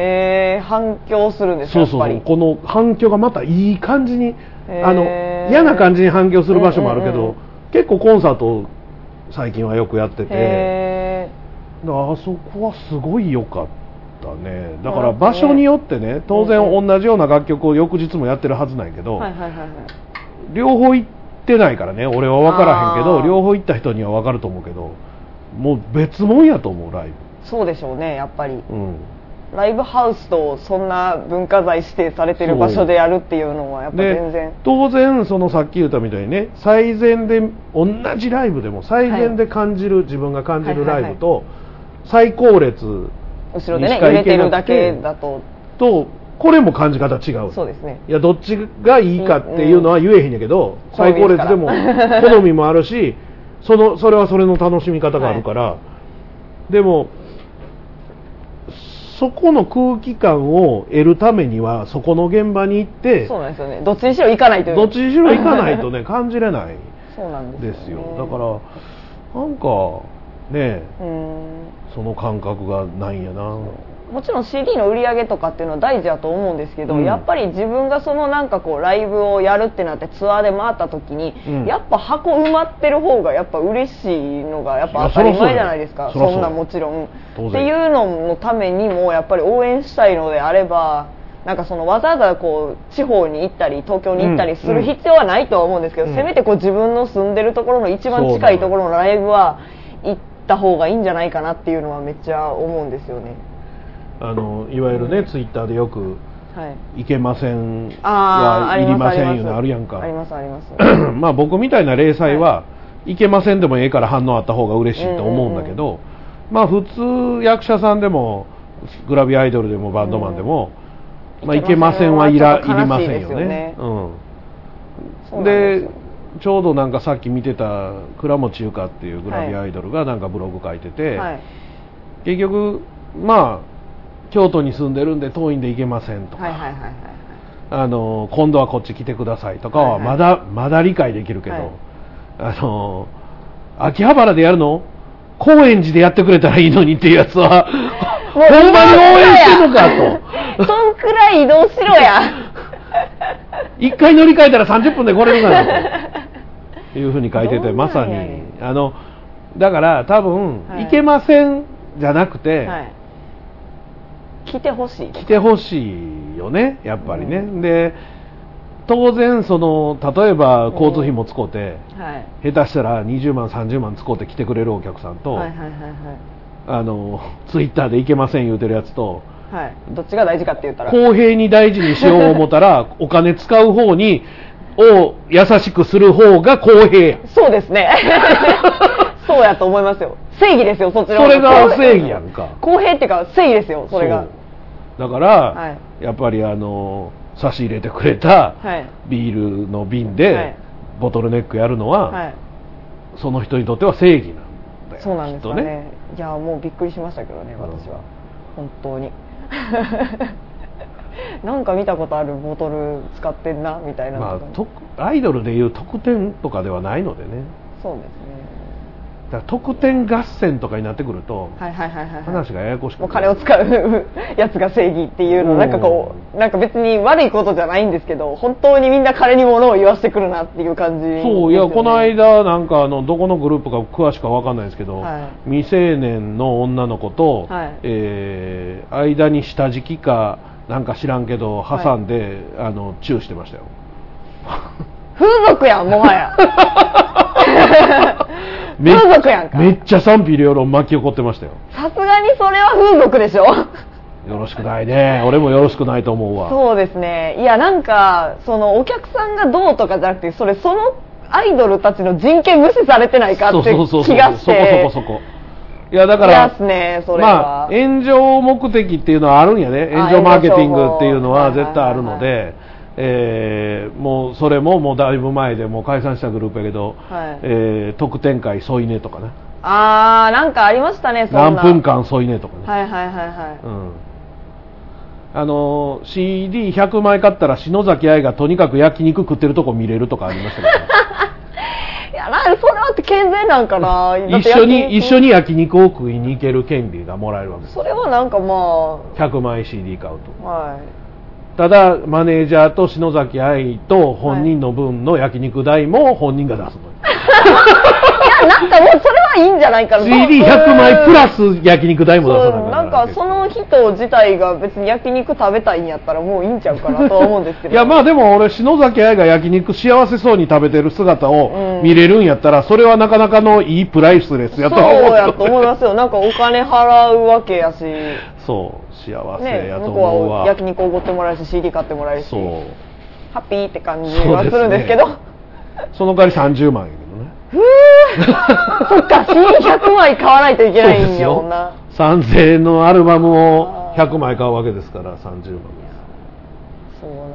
え反響するんですか
そ
や
う
っ
そう
ぱ
そ
り
うこの反響がまたいい感じに
へー
あの嫌な感じに反響する場所もあるけど、
うんうんうん
結構コンサートを最近はよくやってて
へ
だからあそこはすごい良かったねだか
なる
ら
ほど
場所によってね当然
うんうん
同じような楽曲を翌日もやってるはずなんやけ
え
ど、
はいはいはいはい
両方行ってないからね俺は分からへんけ
あ
ど
ー
両方行った人には分かると思うけどもう別もんやと思うライ
そうでしょうねやっぱり
ブ、うん、
ライブハウスとそんな文化財指定されてる場所でやるっていうのはやっぱ
で
全然
当然そのさっき言ったみたいにね最善で同じライブでも最善で感じる、自分が感じるライブと、最高列
後ろで
に
ね
しか
揺
行
れて
け
る
な
だ
くて
けだと
とこれも感じ方違う
そうですね
いやどっちがいいかっていうのは言えへんやけど、最高列でも
好みですから
好みもあるしそのそれはそれの楽しみ方があるから、でもそこの空気感を得るためにはそこの現場に行って
そうなんですよねどっちにしろ行かないという
どっちにしろ行かないとね感じれない
そうなんで
で
すよ、ね、
すよだからなんかね
うん
その感覚がないんやな
もちろん CD の売り上げとかっていうのは大事だと思うんですけど、
うん
やっぱり自分がそのなんかこうライブをやるってなってツアーで回った時に、
うん
やっぱ箱埋まってる方がやっぱ嬉しいのがやっぱ当たり前じゃないですか
いやそらそう
そ
や
んなもちろんって
当然
いうののためにもやっぱり応援したいのであればなんかそのわざわざこう地方に行ったり東京に行ったりする必要はないとは思うんですけど、
うん
せめてこう自分の住んでるところの一番
そうだ
近い
ね
ところのライブは行った方がいいんじゃないかなっていうのはめっちゃ思うんですよね。
あのいわゆるね、ツイッターでよく
はい
いけません
あー
は
あ
い
り
り
ま
ますせんいうのあ
あ
る
り
や
ま
ん
す
か
ありますあり ます
まあ僕みたいな零細は、い、けませんでもええから反応あった方が嬉しいと思うんだけど、まあ普通役者さんでもグラビアアイドルでもバンドマンでも、まあ、いけませんはいらいりませんよね
ち
う、
そうんなん
で
ですよ
ちょうどなんかさっき見てた倉持優香っていうグラビアアイドルがなんかブログ書いてて、
はい
結局まあ京都に住んでるんで遠いんで行けませんとか、
はいはいはいはい
あの今度はこっち来てくださいとかは
はいは
ま
い
だ,、まだ理解できるけど、
はい
あの秋葉原でやるの高円寺でやってくれたらいいのにっていうやつはほ
もうん
まに応援してんのかと
そんくらい移動しろ や
一回乗り換えたら30分で来れるか なというふうに書いて
ど
て
んなん
ま
や
さ
ね
にあのだから多分、
はい
い、けませんじゃなくて、
はい来てほしい
来てほしいよねやっぱりね、で当然その例えば交通費も使うて、
はい
下手したら20万30万使うて来てくれるお客さんと、
はいはいはいはい
あのツイッターでいけません言うてるやつと
はいどっちが大事かって言ったら
公平に大事にしよう思ったらお金使う方にを優しくする方が公平やん
そうです ねそうやと思いますよ正義ですよそっちの
それが正義やんか
公平っていうか正義ですよそれが
そうだから、
はい
やっぱりあの差し入れてくれた
はい
ビールの瓶
は
で
い
ボトルネックやるのは、
はい
その人にとっては正義なんだよ
そうなんですか
き
ね
っとね
いやもうびっくりしましたけどね私は本当 になんか見たことあるボトル使ってんなみたいな
まあ
とか、
とアイドルでいう特典とかではないのでね
そうですね
だから得点合戦とかになってくると、
はいはいはいはいはい
話がややこしく
も
な
う
る
金を使う やつが正義っていうのなんかこ
う
うなんか別に悪いことじゃないんですけど本当にみんな金に物を言わせてくるなっていう感じですよね、
そういやこの間なんかあのどこのグループか詳しくは分かんないですけど、
は
未成年の女の子と、
はい
えー間に下敷きかなんか知らんけど
はい
挟んで、あのチューしてました よ
風俗やんもは や
めっ
風俗やんか
めっちゃ賛否両論巻き起こってましたよ
さすがにそれは風俗でしょ
よろしくないね俺もよろしくないと思うわ
そうですねいやなんかそのお客さんがどうとかじゃなくてそれそのアイドルたちの人権無視されてないかって
そうそう
気
そう
がし
そこ
て
そこそこいやだから
嫌っすねそれ
ま
は、
あ、炎上目的っていうのはあるんやね
あ
炎上マーケティングっていうのは
炎上商法
絶対あるの
はいは
で、えーもうそれももうだいぶ前でもう解散したグループやけど、
はい
えー特典会添い寝とかね
あーなんかありましたねそんな
何分間添い寝とかね、
はいはいはいはい
うん、あの CD100 枚買ったら篠崎愛がとにかく焼肉食ってるとこ見れるとかありました けど
いやなそれはって健全なんかなだって
一緒に
焼
一
き肉
緒に焼肉を食いに行ける権利がもらえるわけです
それはなんかま
100枚 CD 買うと
あはい
ただマネージャーと篠崎愛と本人の分の焼肉代も本人が出すの、
いやなんかもうそれはいいんじゃないかな
CD100 枚プラス焼肉代も出さな
そう
きゃ
なんかその人自体が別に焼肉食べたいんやったらもういいんちゃうかなとは思うんですけど
いやまあでも俺篠崎愛が焼肉幸せそうに食べてる姿を見れるんやったらそれはなかなかのいいプライスレスやとは
そうや
思う
と思いますよなんかお金払うわけやし
そう幸せ
ね
やと
向
思
こ
う
う
わ、
は焼肉おごってもらえるし CD 買ってもらえるし
そう
ハッピーって感じはするんですけど
そうその代わり30万やけどね
ふぅそっか CD100 枚買わないといけないんやもんな
3000円のアルバムを100枚買うわけですから30万
そうなんや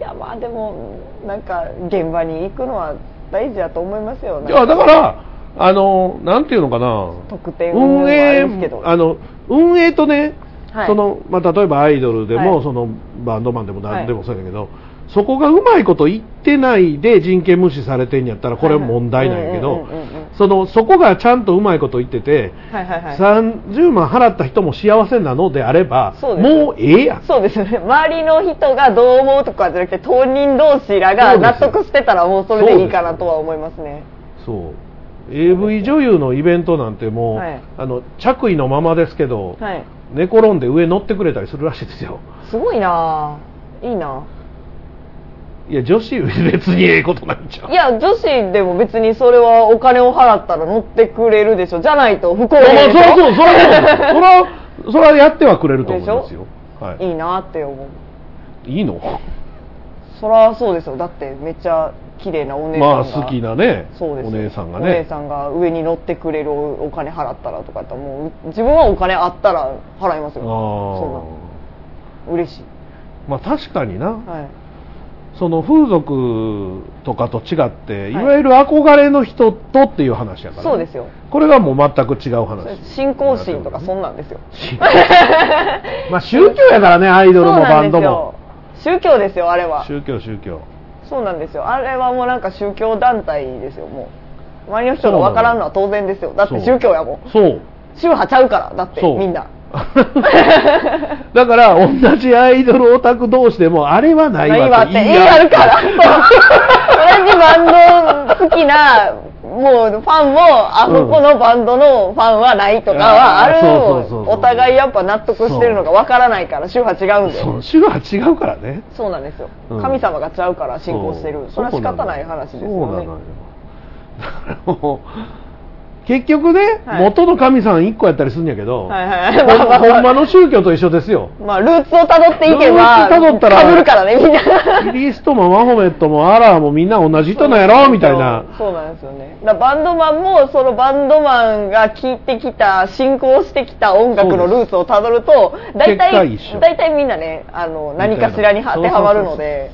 ないやまあでもなんか現場に行くのは大事だと思いますよ
いやだからあのなんていうのかな
特典
運営
もありますけど
あの運営とね、
はい
そのまあ、例えばアイドルでも、
はい
そのバンドマンでも何でもそうやけど、そこがうまいこと言ってないで人権無視されてんやったらこれ問題なんやけ
う
ど
んうんうんうん
そのそこがちゃんとうまいこと言ってて、
はいはいはい
30万払った人も幸せなのであれば
そうです
もうええやん
そうですよね周りの人がどう思うとかじゃなくて当人同士らが納得してたらもうそれでいいかなとは思いますね
そう AV 女優のイベントなんてもう、
はい
あの着衣のままですけど、
はい
寝転んで上乗ってくれたりするらしいですよ
すごいなぁいいない
や女子別にええことなんちゃう
いや女子でも別にそれはお金を払ったら乗ってくれるでしょじゃないと不公
そう
平でしょ
そうそうそれはそれはそれはやってはくれると思いますよ、はい
いなって思う
いいの
そらそうですよだってめっちゃ綺麗なお姉さんが
まあ好きなね
そうです
お
よ
姉さんが
お姉
ね
さんが上に乗ってくれるお金払ったらとかやったらもう自分はお金あったら払います
ああ
よそうなの嬉しい
まあ確かにな
はい
その風俗とかと違って、い、
はい
わゆる憧れの人とっていう話やからね、
そうですよ
これがもう全く違う話
信仰心とかそんなんですよ
まあ宗教やからねアイドルもバンドも
そうなんですよ宗教ですよあれは
宗教宗教
そうなんですよあれはもうなんか宗教団体ですよもう周りの人が分からんのは当然ですよだって宗教やもん
そう
宗派ちゃうからだって
そう
みん な
だから同じアイドルオタク同士でもあれはない
ないわ
わ
って言いあるからそう同じバンド好きなもうファンもあそこのバンドのファンはないとかはある
うんあーそうそうそうそう
お互いやっぱ納得してるのが分からないから宗派違うんだ
そ
よ
の宗派違うからね
そうなんですよ、
うん
神様がちゃうから信仰してるそれは仕方ない話ですよ
そうなの
ね
よそうなのよ結局ね、
はい
元の神さん1個やったりするんやけど、
はいはい
ほん
まあ
ほんまの宗教と一緒です よ
まあルーツをたどっていけば
ルーツ辿ったら
かぶるからねみんな
キリストもマホメットもアラーもみんな同じ人なんやろみたいな
そうそうなんですよねだからバンドマンもそのバンドマンが聴いてきた進行してきた音楽のルーツをたどると大体
結果一緒
大体みんなねあの何かしらに当てはまるので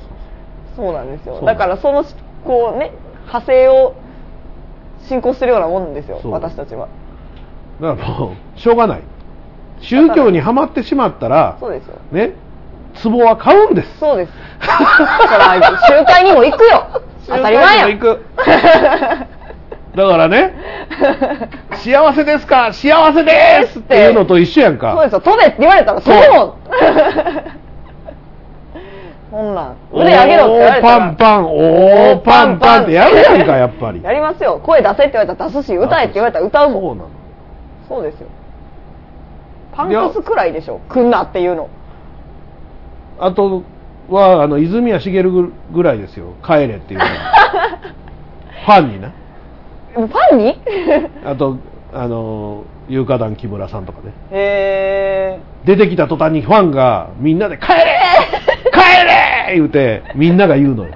そうなんですよ
そう
だからそのこうね派生を進行してるようなもんですよ
そう
私たちは
だからもうしょうがない宗教にはまってしまったら
そうですよ
ね壺は買うんです
そうですそら集会にも行くよ当たり前や
集会にも行く だから ね幸せですか幸せですっていうのと一緒やん
そう
か
ですよ飛べって言われたら飛ぶもんそんなん腕上げろって言われたら
おーパンパンおーパンパンってやるやんかやっぱり
やりますよ声出せって言われたら出すし歌えって言われたら歌うもん
そうなの
そうですよパンコスくらいでしょ来んなっていうの
あとはあの泉谷茂ぐらいですよ帰れっていうのは ファンにな
パンに
あとあの有価団木村さんとかね
え
出てきた途端にファンがみんなで「帰れ帰れ!」言うてみんなが言うのよ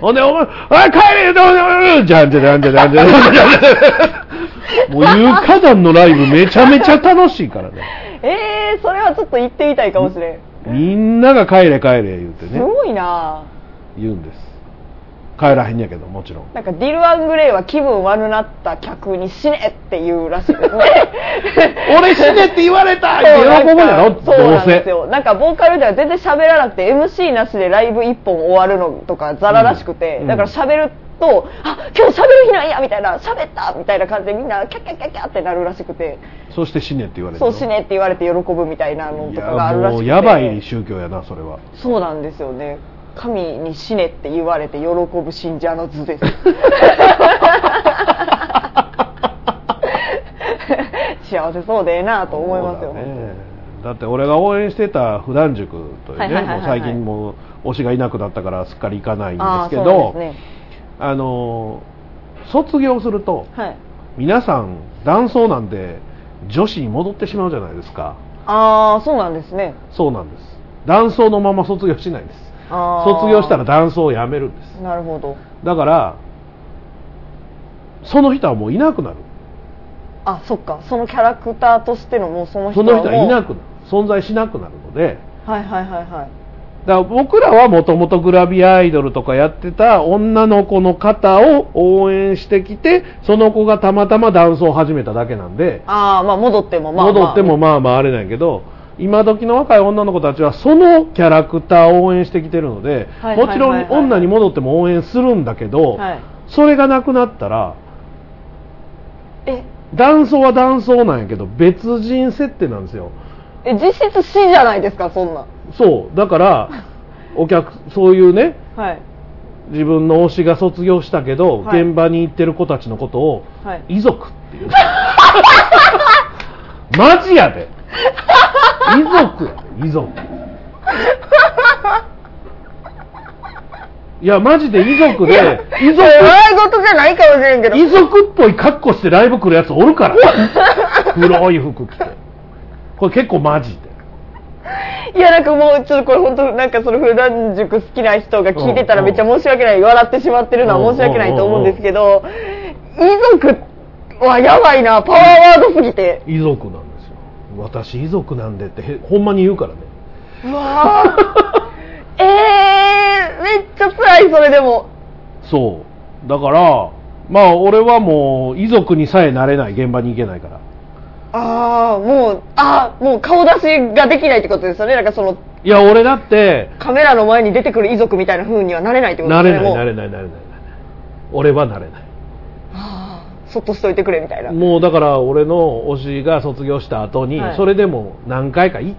ほんで「お前おい帰れ!」どうぞじゃんじゃじゃんじゃじゃんじゃんじゃんじゃんじゃんもう有価団のライブめちゃめちゃ楽しいからね
ー、えー、それはちょっと行ってみたいかもしれん
みんなが「帰れ帰れ」言うて
す
ね
ごいな
言うんです帰らへんやけどもちろん
なんかディル・アングレイは気分悪なった客に死ねって言うらしいですね
俺死ねって言われたって喜ぶんやろ
そうなん
どう
です
せ
よなんかボーカルでは全然喋らなくて MC なしでライブ一本終わるのとかザラらしくて、
うん
だから喋ると「あ今日喋る日なんや」みたいな「喋った」みたいな感じでみんなキャッキャッキャッキャッってなるらしくて
そして死ねって言われる
そう死ねって言われて喜ぶみたいなの
い
と
や
かがあるらし
も
く
う
て
やばい宗教やなそれは
そうなんですよね神に死ねって言われて喜ぶ信者の図です 幸せそうでええなと思いますよ
そうだねだって俺が応援してた普段塾という
は
ね、
いはいは
も
いはい
う最近もう推しがいなくなったからすっかり行かないんで
ああ
すけ
そうなん
ど
ですね
あの卒業すると
はい
皆さん男装なんで女子に戻ってしまうじゃないですか
ああそうなんですね
そうなんです男装のまま卒業しないんです
あー
卒業したら男装をやめるんです
なるほど
だからその人はもういなくなる
あそっかそのキャラクターとしてのもうその人
そ
はも
の
う
人はいなくなる存在しなくなるので
はいはいはいはい
だから僕らはもともとグラビアアイドルとかやってた女の子の方を応援してきてその子がたまたまダンスを始めただけなんで
ああまあ戻ってもまあ、まあ、
戻ってもまあまああれなんやけど今時の若い女の子たちはそのキャラクターを応援してきてるので
はいはいはいはい
もちろん女に戻っても応援するんだけど
はい
それがなくなったら
え
男装は男装なんやけど別人設定なんですよ
え実質死じゃないですかそんなん
そうだからお客そういうね
はい
自分の推しが卒業したけど、
はい
現場に行ってる子たちのことを
はい
遺族っていう マジやで遺族やで遺族いやマジで遺族
い
で
や
遺族
笑い事じゃないかもしれんけど
遺族っぽい格好してライブ来るやつおるから黒い服着てこれ結構マジで
いやなんかもうちょっとこれ本当なんかその普段塾好きな人が聞いてたら
うん
めっちゃ申し訳ない笑ってしまってるのは申し訳ないと思うんですけど遺族はやばいなパワーワードすぎて
遺族なんですよ私遺族なんでってへほんまに言うからね
うわー えー、めっちゃ辛いそれでも
そうだからまあ俺はもう遺族にさえなれない現場に行けないから
ああもうああもう顔出しができないってことですよねなんかその
いや俺だって
カメラの前に出てくる遺族みたいな風にはなれないってこと
な
です
れ
よ
な
ね
い
もう
なれないなれないなれない俺はなれない
そっとしといてくれみたいな
もうだから俺の推しが卒業した後に、
はい
それでも何回か行っ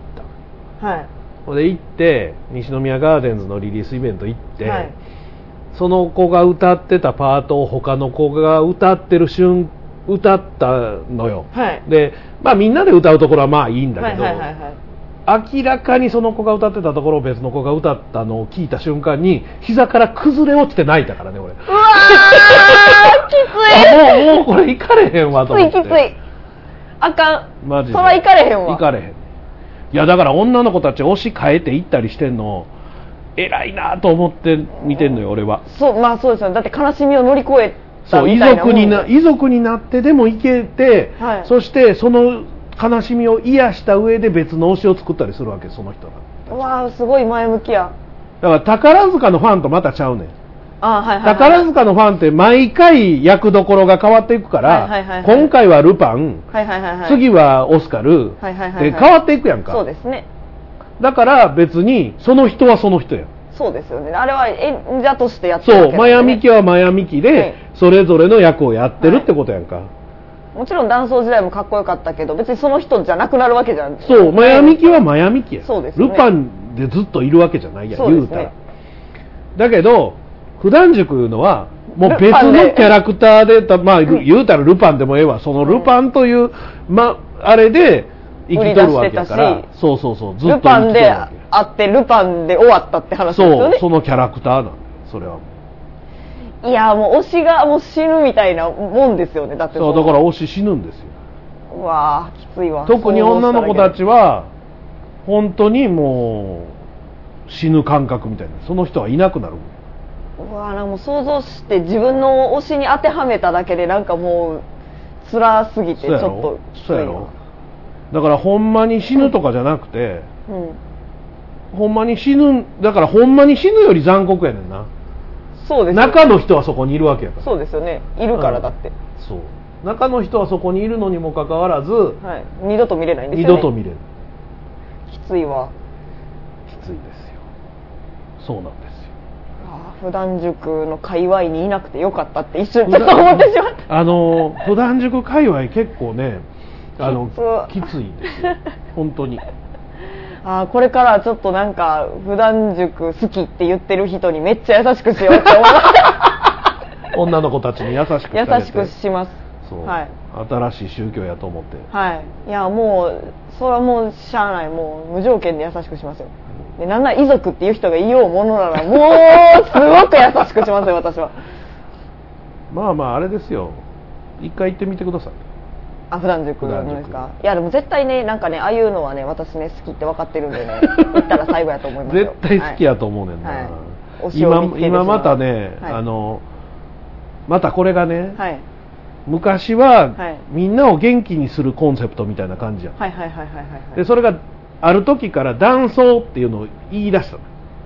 た
はい
ほんで行って西宮ガーデンズのリリースイベント行って、
はい
その子が歌ってたパートを他の子が歌ってる瞬歌ったのよ、
はい
でまあみんなで歌うところはまあいいんだけど、
はいはいはいはい
明らかにその子が歌ってたところを別の子が歌ったのを聞いた瞬間に膝から崩れ落ちて泣いたからね俺
うわ ーき
あもうもうこれ行かれへんわと
つ
思
い
っ
きつい
て
きついあかん
マジで
そら行かれへんわ
行かれへんいやだから女の子たち推し変えて行ったりしてんの偉いなと思って見てんのよ俺は
そうまあそうですよねだって悲しみを乗り越えた
そう遺
みたいなも
族
ん
にな遺族になってでも行けて、
はい
そしてその悲しみを癒した上で別の推しを作ったりするわけその人が
うわーすごい前向きや
だから宝塚のファンとまたちゃうねん
あーはいはい、はい、
宝塚のファンって毎回役どころが変わっていくか
はいはいは
ら
いはい
今回はルパン
はいはいはいはい
次はオスカルで
はいはいはいはい
変わっていくやん
そう
か
ですね
だから別にその人はその人やん
そうですよねあれは演者としてやってるわ
そ
け
う
です
マ
よね
ヤミキはマヤミキ
はい
でそれぞれの役をやってるってことやんか
もちろん男装時代もかっこよかったけど別にその人じゃなくなるわけじゃん
そうマヤミキはマヤミキやん
そうですね
ルパンでずっといるわけじゃないやん
そう
言
で
う
す
た
ね
らだけど普段塾いうのはもう別
ルパン
の
で
キャラクターでたまあ言うたらルパンでもええわそのルパンという、まあれで生きとるわけやか
売り
ら
出してたし
そうそうそうずっと生
ル
きと
パ
る
ン
わけ
で
や
会ってルパンで終わったって話です
そ
よ
う
ね
そのキャラクターなんだよそれはもう
いやもう推しがもう死ぬみたいなもんですよねだって
そうだから推し死ぬんですよ
うわーきついわ
特に女の子たち
は
は本当にもう死ぬ感覚みたいなその人はいなくなる
うわーなんかもう想像して自分の推しに当てはめただけでなんかもう辛すぎ
そ
てち
う
ょ
や
っ
ろ
ときつい
そうやろだからほんまに死ぬとかじゃなくて、
うん
ほんまに死ぬんだからほんまに死ぬより残酷やねんな
そうですよ
中の人はそこにいるわけやから
そうですよねいるからだって、
そう中の人はそこにいるのにもかかわらず、
はい、二度と見れないんです
二
よね
度と見れない
きついわ
きついですよそうなんですよ
あー普段塾の界隈にいなくてよかったって一瞬ちょっと 思ってしまった
あのー普段塾界隈結構ねあの
き
きついですよ本当に
あーこれからちょっとなんか普段塾好きって言ってる人にめっちゃ優しくしようって 思いました
女の子たちに優しくされて
優しくします
そう、
はい
新しい宗教やと思って
はいいやもうそれはもうしゃあないもう無条件で優しくしますよでなんなら遺族っていう人がいようものならも うすごく優しくしますよ私は
まあまああれですよ一回行ってみてください
あ普段塾のですかいやでも絶対ねなんかねああいうのはね私ね好きって分かってる んでね行ったら最後やと思いますよ
絶対好きやと思うねんな、
はい推しを見つ
今
けてしま
今
う
またね、
はい
あのまたこれがね、
はい、
昔は、
はい
みんなを元気にするコンセプトみたいな感じやん、
はいはいはいはいはいはい
でそれがある時から断層っていうのを言い出したの、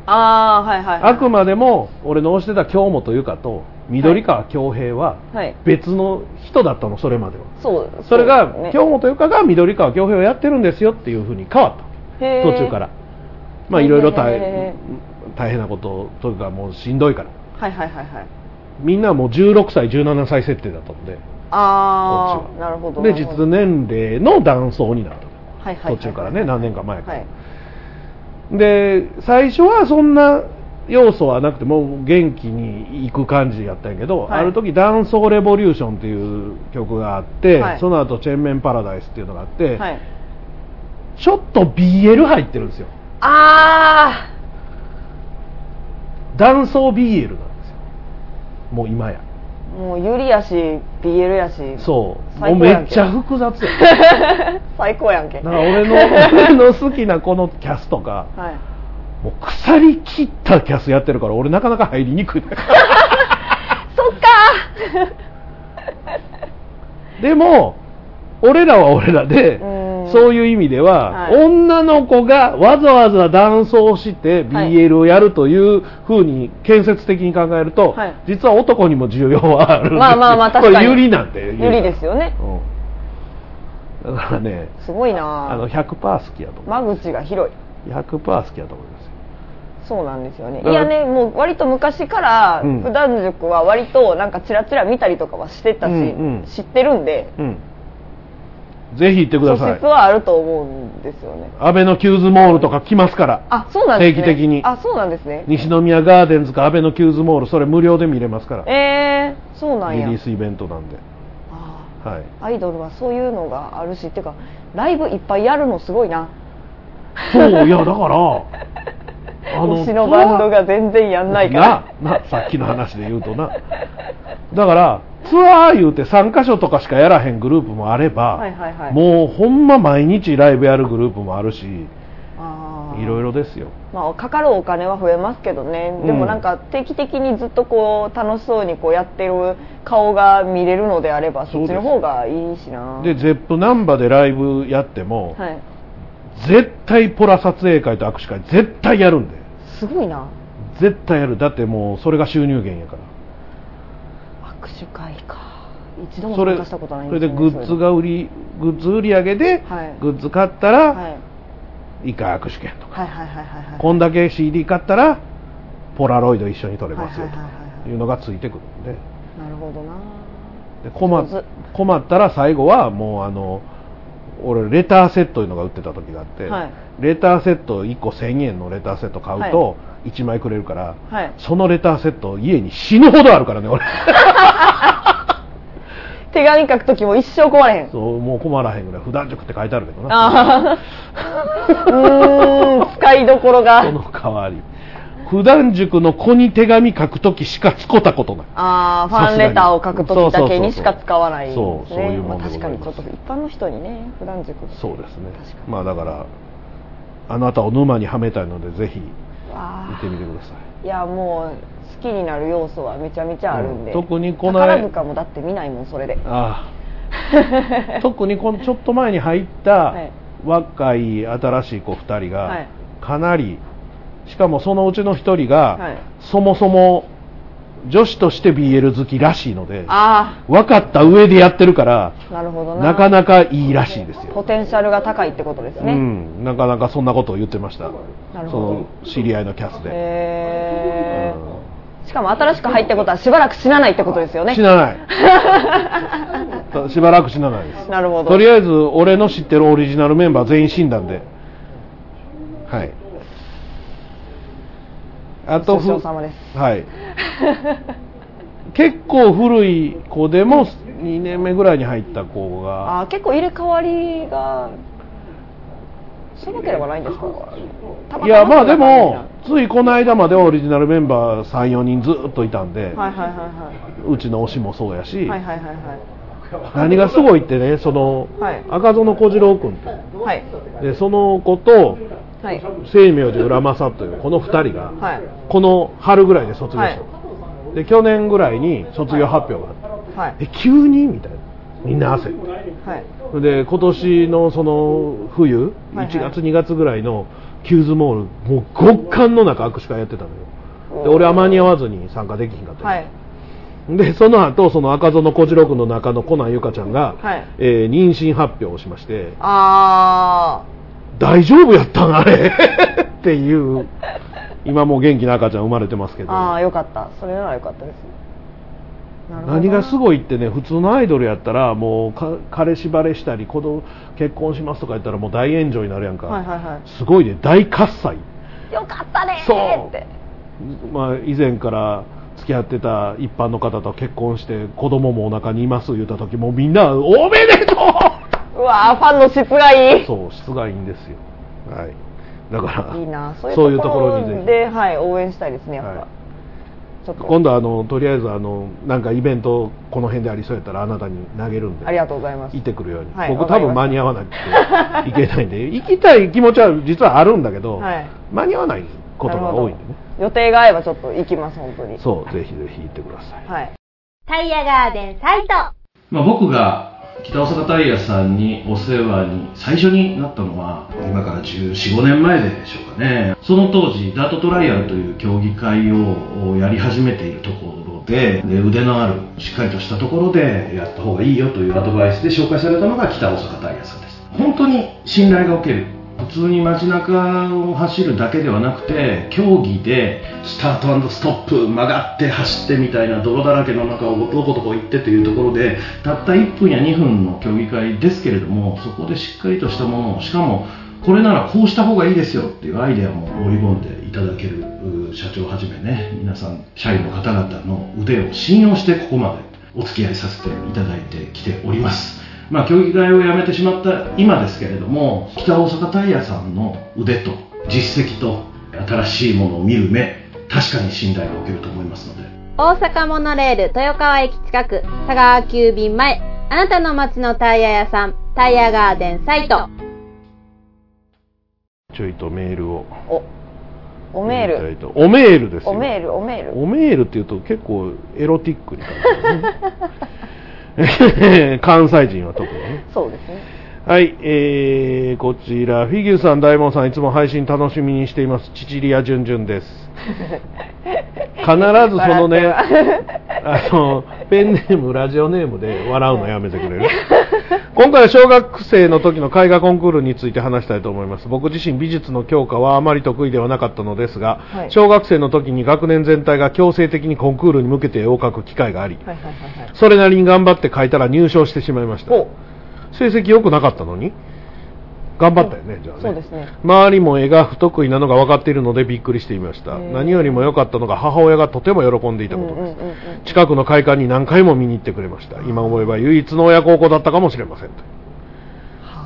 ああはいはいはい
あくまでも俺の推してた京本由香と緑川恭平は
はい
別の人だったのそれまでは
そう
それが、
そうですね
京本由香が緑川恭平をやってるんですよっていうふうに変わった
へー
途中からまあいろいろ大
へ
大変なことというかもうしんどいから
はいはいはいはい
みんなもう16歳17歳設定だったので
あ
こっち
あなるほど
で
なるほ
実
ど
年齢の断層になった
はいはいはい
途中からね何年か前か
はい
らで最初はそんな要素はなくてもう元気に行く感じやったんやけど、
はい
ある時「ダンソーレボリューション」っていう曲があって、
はい
その後チェンメンパラダイス」っていうのがあって、
はい
ちょっと BL 入ってるんですよ
あ
断層 BL なんですよもう今や
あもうユリやし BL やし
そうも
最
う
高
め
やんけ
っちゃ複雑や
最高やんけ
だから 俺の俺の好きなこのキャスとか
はい
もう腐り切ったキャスやってるから俺なかなか入りに くい
そっか
でも俺らは俺らで
うん
そういう意味では、
はい
女の子がわざわざ男装して BL をやるというふうに建設的に考えると、
はい
実は男にも需要はあるんですよ
まあまあまあ確かに
これユリなんて
ユリですよね
うんだからね
すごい
あ
な
の100%好きやと思
間口が広いう
100%好きやと思いますよ
そうなんですよねい
だから
やねもう割と昔から
うん
普段塾は割となんかチラチラ見たりとかはしてたし、
うんうん
知ってるんで
うんぜひ行ってく
素
だ
質
さい
はあると思うんですよね
アベノキューズモールとか来ますから
あそうなんですね
定期的に
あそうなんですね
西宮ガーデンズかアベノキューズモールそれ無料で見れますから
えー、そうなん
リ
や
リースイベントなんで
あ
はい
ーアイドルはそういうのがあるしっていうかライブいっぱいやるのすごいな
そういやだから あ
推しのバンドが全然やんないから
ななさっきの話で言うとなだからツアー言うて3カ所とかしかやらへんグループもあれば、
はいはいはい
もうほんま毎日ライブやるグループもあるし
あー
いろいろですよ
まあ、かかるお金は増えますけどね、で
う
も
ん
なんか定期的にずっとこう楽しそうにこうやってる顔が見れるのであれば
そう
そっ
です
ちの方がいいしな
で ZEP 難波でライブやっても、
はい、
絶対ポラ撮影会と握手会絶対やるんです
ごいな
絶対やるだってもうそれが収入源やから
握手会か一度も
それ
参加したことないん
それで
よね
グッズが売りグッズ売り上げで、
はい
グッズ買った
それで
ら、
はい、
一回握手券とか、
はいはいはいはいはい
こんだけ CD 買ったらポラロイド一緒に撮れますよ
はいはいはいはい
というのがついてくるんで
なるほどな
で困っ
上手
困ったら最後はもうあの俺レターセットいうのが売ってた時があって、
はい
レターセット1個1000円のレターセット買うと1枚くれるから、
はい
そのレターセット家に死ぬほどあるから ね俺
手紙書く時も一生壊れへん
そうもう困らへんぐらい普段塾って書いてあるけどな
ああ うーん使いどころが
その代わり普段塾の子に手紙書く時しか使ったことない
ああファンレターを書くときだけにしか使わないんですね
そうそういうもん
ま
でご
あ
ざいます
確かにちょっと一般の人にね普段塾
そうですね
確かに
まあだからあなたを沼にはめたいのでぜひ行
わ
っ
あ
てみてください
いやもう好きになる要素はめちゃめちゃあるんで、
うん特にこの
宝塚もだって見ないもんそれで
ああ 特にこのちょっと前に入った、
はい
若い新しい子2人
は
が
い
かなりしかもそのうちの1人が、
はい
そもそも女子として BL 好きらしいので
あ
分かった上でやってるから
あなるほどな
なかなかいいらしいですよ、
ポテンシャルが高いってことです
う
ね、
ん、なかなかそんなことを言ってました
な
そ
るほど
の知り合いのキャスで
へえしかも新しく入ったことはしばらく死なないってことですよね
死な ないしばらく死なないです
なるほど
とりあえず俺の知ってるオリジナルメンバー全員死んだんではいあと
ご
ふ
ちそうさまです
はい結構古い子でも2年目ぐらいに入った子が
あー結構入れ替わりがしなければないんですかたまたま
いやまあでもついこの間まではオリジナルメンバー34人ずっといたんで、
はいはいはいは
うちの推しもそうやし、
いはいはいはいはい
何がすごいってねその、
はい
赤園小次郎君って
はい
でその子と
はい
清明寺浦正というこの2人が、
はい
この春ぐらいで卒業し
は
た
い
の、で去年ぐらいに卒業発表があって、
はい
え急にみたいなみんな焦って
はい
で今年のその冬
はいはい
1月2月ぐらいのキューズモールもう極寒の中握手会やってたのよで俺は間に合わずに参加できひんかったよ、
はい
でその後その赤園小次郎君の中のコナンゆかちゃんが、
はい
えー妊娠発表をしまして
あ
大丈夫やったんあれ っていう今もう元気な赤ちゃん生まれてますけ
ー
ど
あーよかったそれならよかったですなるほど
何がすごいってね普通のアイドルやったらもうか彼氏バレしたり子供結婚しますとか言ったらもう大炎上になるやんか、
はいはいは
すごいね大喝采
いよかったね
そう
ーって
まあ、以前から付き合ってた一般の方と結婚して子供もお腹にいます言った時もうみんな「おめでと う!
うわーファンの質がい」い
そう質がいいんですよ、はい、だから
いいなそう
そうい
いうう
と
と
こ
こ
ろ
ろ
に
に
ぜひ
で、はい、応援したいですねやっぱ、
はい
ちょっと
今度はあのとりあえずあのなんかイベントこの辺でありそうやったらあなたに投げるんで
ありがとうございます
行ってくるように、
はい
僕
わか
多
りま
分
した
間に合わなくていけないんで 行きたい気持ちは実はあるんだけど、
はい
間に合わないことが多いんでね
予定が合えばちょっと行きます本当に
そうぜひぜひ行ってください
はい
タイヤガーデンサイト
まあ、僕が北大阪タイヤさんにお世話に最初になったのは今から1415年前でしょうかねその当時ダートトライアルという競技会をやり始めているところでで腕のあるしっかりとしたところでやった方がいいよというアドバイスで紹介されたのが北大阪タイヤさんです本当に信頼がおける普通に街中を走るだけではなくて競技でスタートストップ曲がって走ってみたいな泥だらけの中をどこどこ行ってというところでたった1分や2分の競技会ですけれどもそこでしっかりとしたものをしかもこれならこうした方がいいですよっていうアイデアも織り込んでいただけるう社長をはじめね皆さん社員の方々の腕を信用してここまでお付き合いさせていただいてきておりますまあ競技会をやめてしまった今ですけれども北大阪タイヤさんの腕と実績と新しいものを見る目確かに信頼がおけると思いますので
大阪モノレール豊川駅近く佐川急便前あなたの街のタイヤ屋さんタイヤガーデンサイト
ちょいとメールを
おおメール
おメールですよ
おメールおメール
おメールっていうと結構エロティックに感じるね 関西人は特にね
そうですね
はい、えー、こちらフィギュさん大門さんいつも配信楽しみにしていますチチリアジュンジュンです 必ずそのねあのペンネームラジオネームで笑うのやめてく れる今回は小学生の時の絵画コンクールについて話したいと思います僕自身美術の教科はあまり得意ではなかったのですが、
はい
小学生の時に学年全体が強制的にコンクールに向けて絵を描く機会があり
はいはいはいはい
それなりに頑張って書いたら入賞してしまいました
お
成績良くなかったのに頑張ったよね、じゃあね
そうですね
周りも絵が不得意なのが分かっているのでびっくりしていました
へー
何よりも良かったのが母親がとても喜んでいた
うん
こ
う
と
ん
です、
うんうん
近くの会館に何回も見に行ってくれました今思えば唯一の親孝行だったかもしれませんと、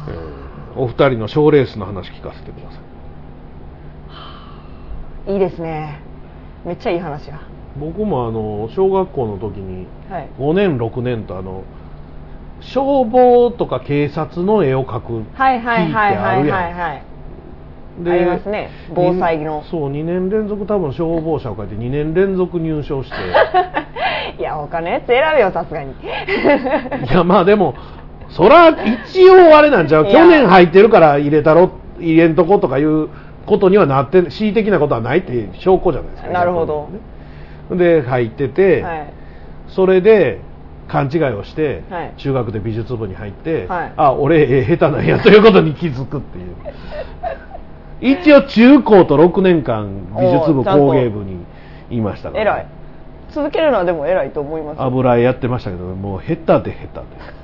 えーお二人の賞ーレースの話聞かせてください
いいですねめっちゃいい話や
僕もあの小学校の時に
はい
5年6年とあの消防とか警察の絵を描く
はいはいは
日っ
いはい
てあ
は
る
い
やん
はい
で
ありますね防災の
にそう2年連続多分消防車を書いて2年連続入賞して
いや他のやつ選べよさすがに
いやまあでもそら一応あれなんちゃう
い
去
や
年入ってるから入れたろ入れんとことかいうことにはなって恣意的なことはないっていう証拠じゃないですか
なるほど
ねで入ってて、
はい
それで勘違いをして、
はい
中学で美術部に入って、
はい
あ俺えー下手なんやということに気づくって いう一応中高と6年間美術
お
部
ーちゃんと
工芸部にいましたから
偉い続けるのはでも偉いと思いますよ
油絵やってましたけどもう下手で下手で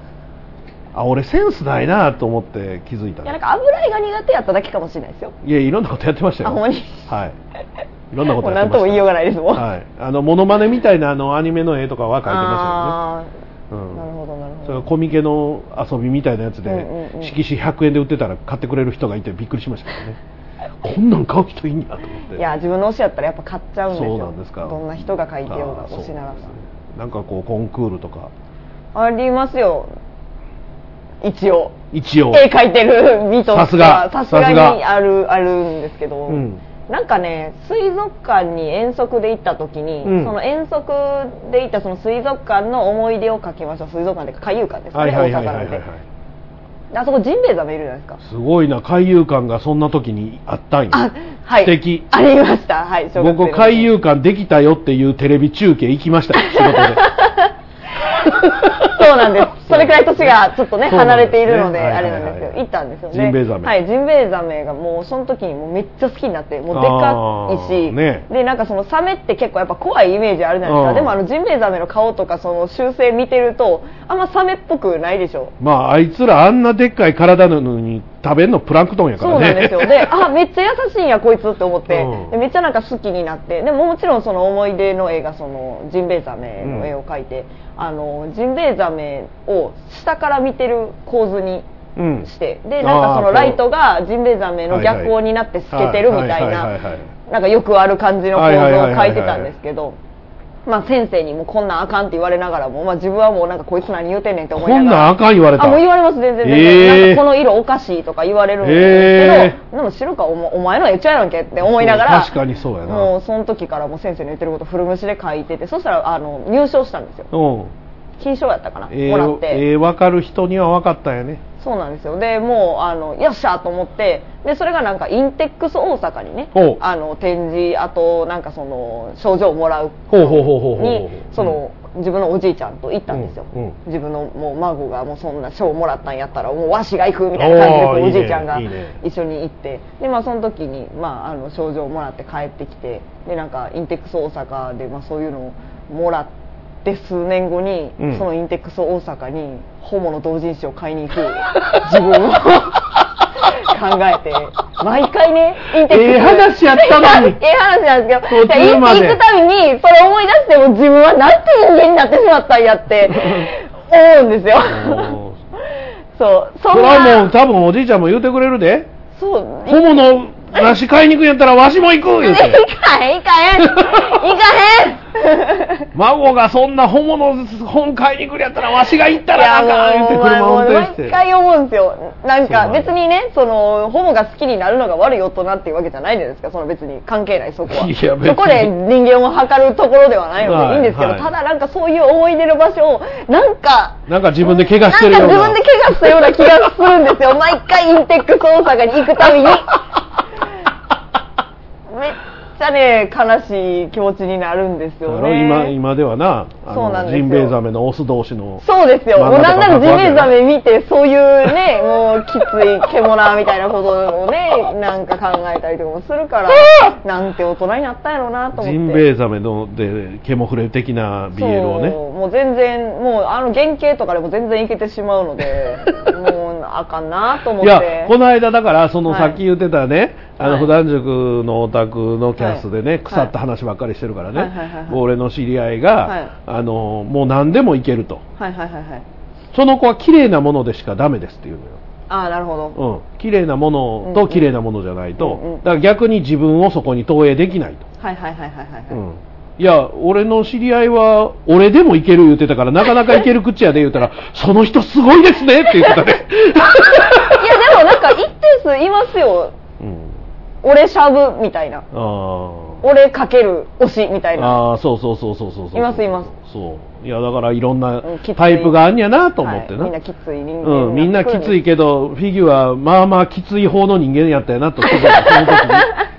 あ俺センスないなと思って気づいた
いやなんか油絵が苦手やっただけかもしれないですよ
いやいろんなことやってましたよ
あほんまに
はいいろんなことやってました
もう何とも言いようがないですもん
はい、あのモノマネみたいなあのアニメの絵とかは描いてま
あ
したよね、う
あ
ん
なるほどなるほ
それがコミケの遊びみたいなやつで、
うんうんうん
色紙100円で売ってたら買ってくれる人がいてびっくりしましたからねこんなん買う人いいんやと思って
どいや自分の推しやったらやっぱ買っちゃうんですよ
そうなんですか
どんな人が書いてよう
あ
が
ーそう
推しならば
なんかこうコンクールとか
ありますよ一応
一応
絵描いてるミト
さすが
さすが
さす
に
が
あるあるんですけど、
うん
なんかね水族館に遠足で行った時に、
うん
その遠足で行ったその水族館の思い出を描きました水族館で海遊館ですね、
はいはいはいはいはいは
大阪なん
い
でであそこジンベエザメいるじゃないですか
すごいな海遊館がそんな時にあったんや
あはい
素敵
ありましたはい小学生の
僕
時
海遊館できたよっていうテレビ中継行きま したよ仕事で
そうなんです。それくらい年がちょっとね
そうな
離
んですね
れているので
はいは
あ
いは
れ
い
なんですよ。行ったんですよね。
ジンベエザメ
はい、ジンベエザメがもうその時にもうめっちゃ好きになって、もうでかい
あー
し、
ね
でなんかそのサメって結構やっぱ怖いイメージあるじゃないです
うん
か。でもあのジンベエザメの顔とかその習性見てるとあんまサメっぽくないでしょ。
まああいつらあんなでっかい体なのに食べんのプランクトンやか
そ
ら
う
ね
なんです よ。で、あ、めっちゃ優しいんや、こいつって思って
うん、
でめっちゃなんか好きになって、でももちろんその思い出の絵が、その、ジンベエザメの絵を描いて、あの、ジンベエザメを下から見てる構図に
うん
して、で、なんかそ
あー
のライトがジンベエザメの逆光になって透けてるみたい
はは
な、
ははい
なんかよくある感じの構
はい
図を
はいはいはいはい
描いてたんですけど、まあ先生にもこんなんあかんって言われながらも、まあ自分はもうなんかこいつ何言うてんねんって思い
こ
なが
ん
ら。
なんあかん言われた
あもう言われます全然全然、
えー
なんかこの色おかしいとか言われるんですけど、でも知るかお前お前の絵ちゃうやんけって思いながら
確かにそうやな
もうその時からもう先生の言ってること古虫で書いててそしたらあの入賞したんですよ
うん
金賞やったかな、
ええ
もらって、
ええ分かる人には分かったんやね
そうなんですよでもうあのよっしゃと思ってでそれがなんかインテックス大阪にね
ほう
あの展示あとなんかその賞状をもらう
ほうほうほうほうほう
にその自分のおじいちゃんと行ったんですよ、
うんうん
自分のもう孫がもうそんな賞もらったんやったらもうわしが行くみたいな感じでこう
おー
おじいちゃんが
いいね
一緒に行ってでまあその時にまああの賞状をもらって帰ってきてでなんかインテックス大阪でまあそういうのをもらって数年後に、
うん
そのインテックス大阪にホモの同人誌を買いに行く自分を考えて毎回ねインテックス
ええ話やった のに
ええ話なんですけど
途中まで
いや行くたびにそれ思い出しても自分はなんて人間になってしまったんやって思うんですよ
おー
そうそ
そ
ん
れはもう
な
多分おじいちゃんも言うてくれるで
そう
ホモの梨買いに行くんやったらわしも行く言う
い
て
かへんいかへんいかへん
孫がそんなホモの本買いに来るやったらわしが行った
いや
らなんか言
も
う
う
て車運
もう
転し
毎
て
回思うんですよなん
そう
か
なんや
別にねそのホモが好きになるのが悪い大人っていうわけじゃないじゃないですかその別に関係ないそこ はい
や別に
そこで人間を測るところではないの
はい
でいいんですけど、
はい
ただなんかそういう思い出の場所をなんか
なんか自分で怪我してる
な
よ
ん
う
か
な
自分で怪我したような気がするんですよ毎回インテックス大阪に行くた びにめっちゃね悲しい気持ちになるんですよね
だろ今今ではなあ
そうな
の
んですよ
ジンベエザメのオス同士の
そうですよ。
漫
もう
画とか
なんならジンベエザメ見て、そういうね、もうきつい獣みたいなことをね、 なんか考えたりとかもする から、なんて大人になったんやろうなと思って。
ジンベエザメのでケモフレ的な BL をね
そうもう全然、もうあの原型とかでも全然いけてしまうの で、もうあかんなと思っ
い
て。
やこの間だからその
はい
さっき言ってたね、あの
はい
普段塾のお宅のキャスでね、
はい
腐った話ばっかりしてるからね、
はいはいはいはい
俺の知り合いが、
はい
あのもう何でもいけると
はいはいはいはい。
その子は綺麗なものでしかダメですっていうのよ
ああ、なるほど。
うん、綺麗なもの
うんう
と
ん
綺麗なものじゃないと、
うんうん
だから逆に自分をそこに投影できないと、
はいはいはいはいはい。
うんいや俺の知り合いは俺でもいける言うてたからなかなかいける口やで言う たらその人すごいですねって言ってたね、
いや、でもなんか一定数いますよ。
うん、
俺しゃぶみたいな。
あー
俺かける推しみたいな。
あーそうそうそうそうそうそうい
いますいます
そういやだからいろんな
うんきつい
タイプがあんやなと思ってな、
はいみんなきつい人間
うん、みんなきつい
け
けど、フィギュア、まあまあきつい方の人間やったよなと、その時に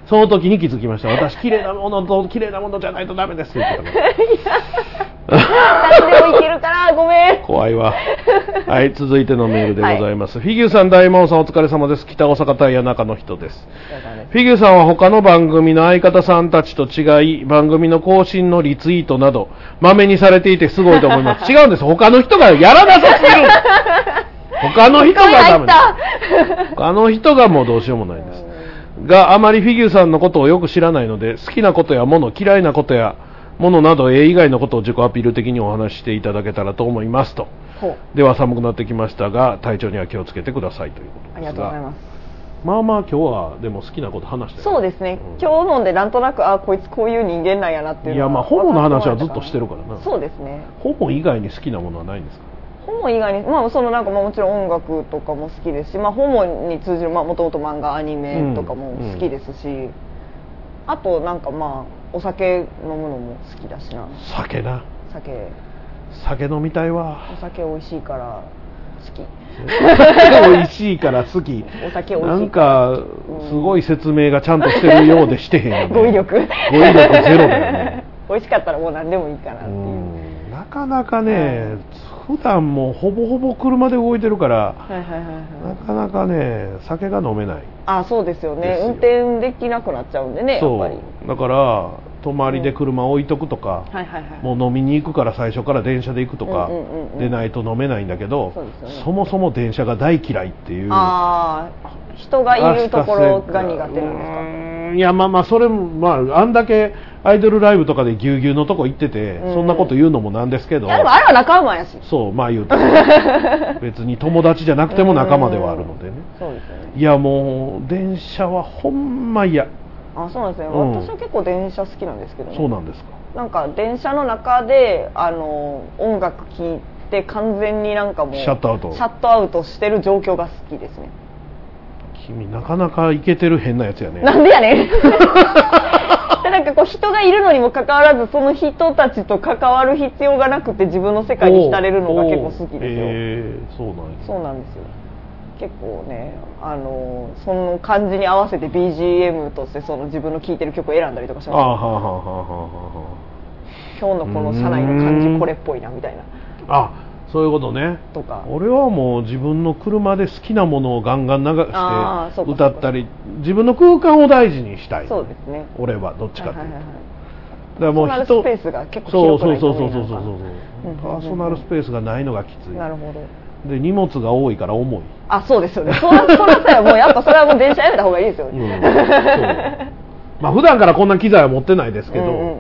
その時に気づきました私綺麗なものと綺麗なものじゃないとダメですって言ってたから
私でもいけるからごめん
怖い わはい続いてのメールでございます、フィギューさん大魔王さんお疲れ様です北大阪タイヤ中の人ですフィギューさんは他の番組の相方さんたちと違い番組の更新のリツイートなどまめにされていてすごいと思い ます違うんです他の人がやらなさすぎ る他の人がダメです他の人がもうどうしようもないですがあまりフィギューさんのことをよく知らないので好きなことやもの嫌いなことやものなど絵以外のことを自己アピール的にお話ししていただけたらと思いますと
ほう
では寒くなってきましたが体調には気をつけてくださいということ
ありがとうございます
まあまあ今日はでも好きなこと話して
そうですね、今日飲んでなんとなくあこいつこういう人間なんやなっていう
いやまあホモの話はずっとしてるからな
そうですね
ホモ以外に好きなものはないんですか
ホモ以外に、まあ、そのなんかまあもちろん音楽とかも好きですし、まあ、ホモに通じるもともと漫画アニメとかも好きですし、あとなんかまあお酒飲むのも好きだしな
酒な
酒
酒飲みたいわ
お酒美味しいから好き
美味しいから好き
お酒美味しい
なんかすごい説明がちゃんとしてるようでしてへんよね
語彙力
語彙力ゼロだよね
美味しかったらもう何でもいいかなっていう、
なかなかね、普段もうほぼほぼ車で動いてるから、
はいはいはいはい
なかなかね、酒が飲めない、
あそうですよね
ですよ
運転できなくなっちゃうんでねやっ
そ
ぱり
うだから、泊まりで車置いとくとか、
はいはいはい
もう飲みに行くから最初から電車で行くとか
うんうんうんうん
でないと飲めないんだけど、
そうですよね
そもそも電車が大嫌いっていう。
ああ人がいるところが苦手なんですか
うんいやまあまあそれもまああんだけアイドルライブとかでぎゅうぎゅうのとこ行ってて、
うん
そんなこと言うのもなんですけど
いやでもあれは仲間やし
そうまあ 言うと別に友達じゃなくても仲間ではあるのでね
そうですよね
いやもう電車はほんま嫌
あそうなんですね、
うん
私は結構電車好きなんですけど、ね、
そうなんですか
なんか電車の中であの音楽聴いて完全になんかもう
シャットアウト
シャットアウトしてる状況が好きですね
君なかなかイケてる変なやつや ね
なんで やねんでなんかこう人がいるのにもかかわらずその人たちと関わる必要がなくて自分の世界に浸れるのが結構好きですよ、
おうえーそうなんや
そうなんですよ結構ねあのその感じに合わせて BGM としてその自分の聴いてる曲を選んだりとかし
あー
ま
は
す
あはあはあはあは
今日のこの車内の感
うーん
じこれっぽいなみたいな
ああそういうことね
とか
俺はもう自分の車で好きなものをガンガン流
あー
し
そう
て
か
歌ったり自分の空間を大事にしたい
そうですね
俺はどっちかって
はいいうはいはい
とだからもう
パーソナル
人
スペースが結
そ
構
うそ
広
う
くな
そう
いと
そう
無理
そうそうそう
なのかうん
パーソナルスペースがないのがきつ
なる
い
ほど
で荷物が多いから重い
あそうですよねそらそらさもうやっぱそれはもう電車やめた方がいいです よ
う
ね、
んそうまあ普段からこんな機材は持ってないですけ
うんう
ど
んうんうん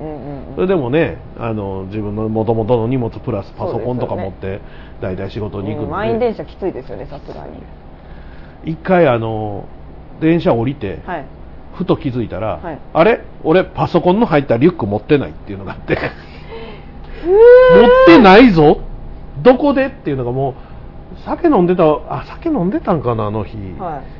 それでもねあの自分の元々の荷物プラスパソコンとか
そうですよね
持って大体仕事に行く
うん
の
満員
で
電車きついですよねさすがに
一回あの電車降りて
はい
ふと気づいたら、
はい
あれ俺パソコンの入ったリュック持ってないっていうのがあって 持ってないぞどこでっていうのがもう酒飲んでたあ酒飲んでたんかなあの日、
はい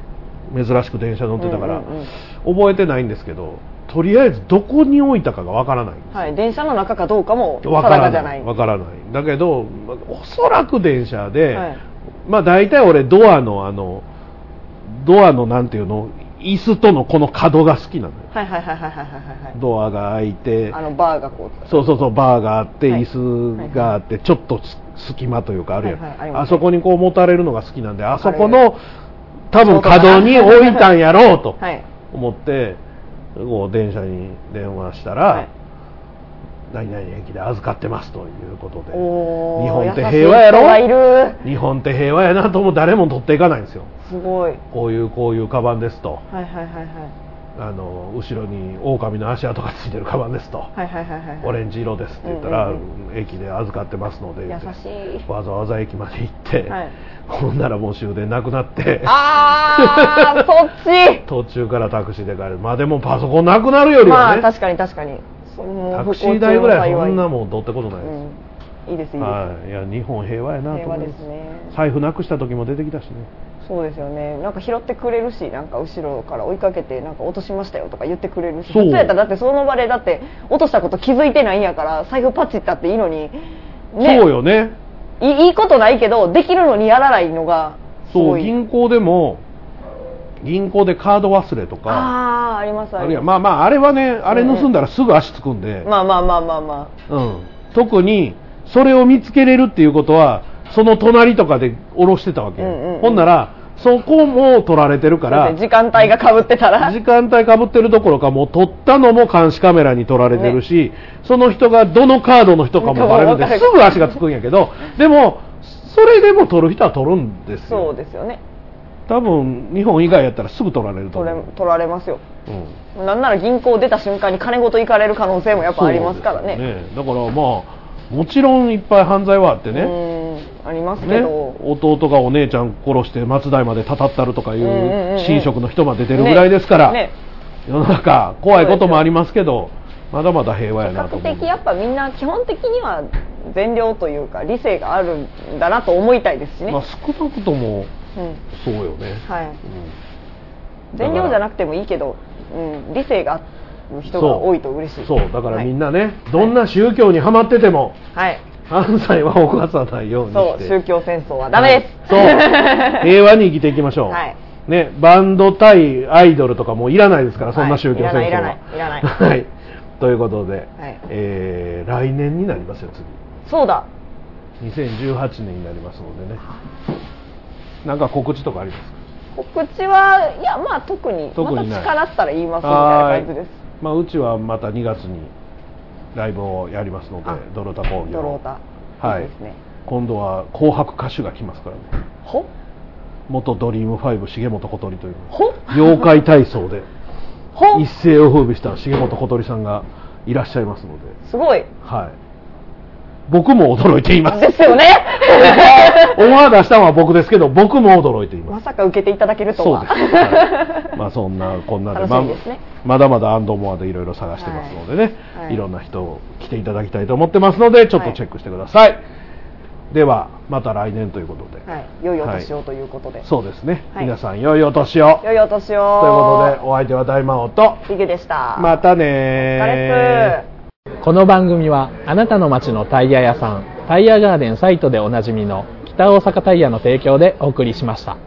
珍しく電車乗ってたから、
うんうんうん
覚えてないんですけどとりあえずどこに置いたかがわからない
はい、電車の中かどうかも定
わから
かじゃ
な
ないい
わからないだけど、まおそらく電車で、
はい
まあ大体俺ドアのあのドアのなんていうの椅子とのこの角が好きなのよ
はいはいはいはいはいはい
ドアが開いて
はいあのバーがこう
そうそうそうバーがあって、
はい
椅子があってちょっとす隙間というかあるやん、
はいはいあり
あ
ますね
そこにこう持たれるのが好きなんであそこ
あれ
の多分角に置いたんやろう と
はい
思ってこう電車に電話したら、
はい
何々駅で預かってますということで
おー
日本って平和や
優しい人がい
ろ
る
日本って平和やなとも誰も取っていかないんですよ
すごいはい
こういうこういうカバンですと
はいはいはい
あの後ろに狼の足跡がついてるカバンですと、
はいはいはいはいはい
オレンジ色ですって言ったら、
うん
駅で預かってますので
優
って
しい
わざわざ駅まで行って、
はい
ほんならもう終電なくなって
ああそっち
途中からタクシーで帰るまあでもパソコンなくなるより
ま
は
あ
ね、
確かに確かにその
タクシー代ぐらいそんな
も
もんどうってことないです、
いいですいいです、
はい、いや日本平和やなと
平
思
和
い
で
ます
すね
財布なくした時も出てきたしね
そうですよねなんか拾ってくれるしなんか後ろから追いかけてなんか落としましたよとか言ってくれるし
そう
普通やったらだってその場でだって落としたこと気づいてないんやから財布パチったっていいのにね
そうよね
いいいことないけどできるのにやらないのがす
そ
ご
う
い
銀行でも銀行でカード忘れとか
あああります
あるいはまあまああれはねあれ盗んだらすぐ足つくんで、
まあまあまあまあま
うん、特にそれを見つけれるっていうことはその隣とかで下ろしてたわけ、
うんうんうん
ほんならそこも取られてるか
あだ
ら
って時間帯がかぶってたら
時間帯かぶってるどころかもう撮ったのも監視カメラに撮られてるし、その人がどのカードの人かもバレるん
わか
で
る
すぐ足がつくんやけどでもそれでも撮る人は撮るんですよ
そうですよね
多分日本以外やったらすぐ撮られると
取
思
れ
う、
取られますよ
うん
なんなら銀行出た瞬間に金ごと行かれる可能性もやっぱありますからね
そうですよねだからまあもちろんいっぱい犯罪はあってね、
うんありますけ
ね、
ど、
弟がお姉ちゃん殺して松代までたたったるとかい
うんうんうん
う神職の人まで出るぐらいですから、
ねね
世の中怖いこともありますけどまだまだ平和や
比
なと
較
思う
的やっぱみんな基本的には善良というか理性があるんだなと思いたいですしね、
まあ、少なくとも
うん
そうよね、
はい、
うん
善良じゃなくてもいいけど、うん、理性がある人が多いと嬉しい
そうだからみん
な
なね、どんな宗教にはまってても
はい、
犯罪は犯さないように
そ
し
う
て
宗教戦争はダメです、
はいそう平和に生きていきましょう、
はい
ね、バンド対アイドルとかもういらないですから、そんな宗教戦争は。
いらないいらないいら
はい。ということで、
い
えー来年になりますよ、次。
そうだ
2018年になりますのでね。なんか告知とかありますか
告知はいやまあ特に
特にない
また力ったら言いますみたいな感じです
はーいまあ、うちはまた2月にライブをやりますので
あ、
ドロタ工業。
ドロータ
はい
いですね
今度は紅白歌手が来ますからね。
ほ
元ドリーム5重本小鳥という
ほ
妖怪体操で
ほ
一世を風靡した重本小鳥さんがいらっしゃいますので、
すごい
はい、僕も驚いています
です よね
オファー出したのは僕ですけど僕も驚いていま
ますさか受けていただけると
そう
は
です、はいまあ、そんなこんなで
楽しみですね
まあまだまだアンドモアでいろいろ探してますのでね、
はい
い
はい
ろんな人を来ていただきたいと思ってますのでちょっとチェックしてください、ではまた来年ということで、
はい、良いお年をということで、
そうですね、
はい
皆さん良いお年を
良いお年を
ということでお相手は大魔王と
でリグでした
またね
お
ー
疲れっす
この番組はあなたの街のタイヤ屋さんタイヤガーデンサイトでおなじみの北大阪タイヤの提供でお送りしました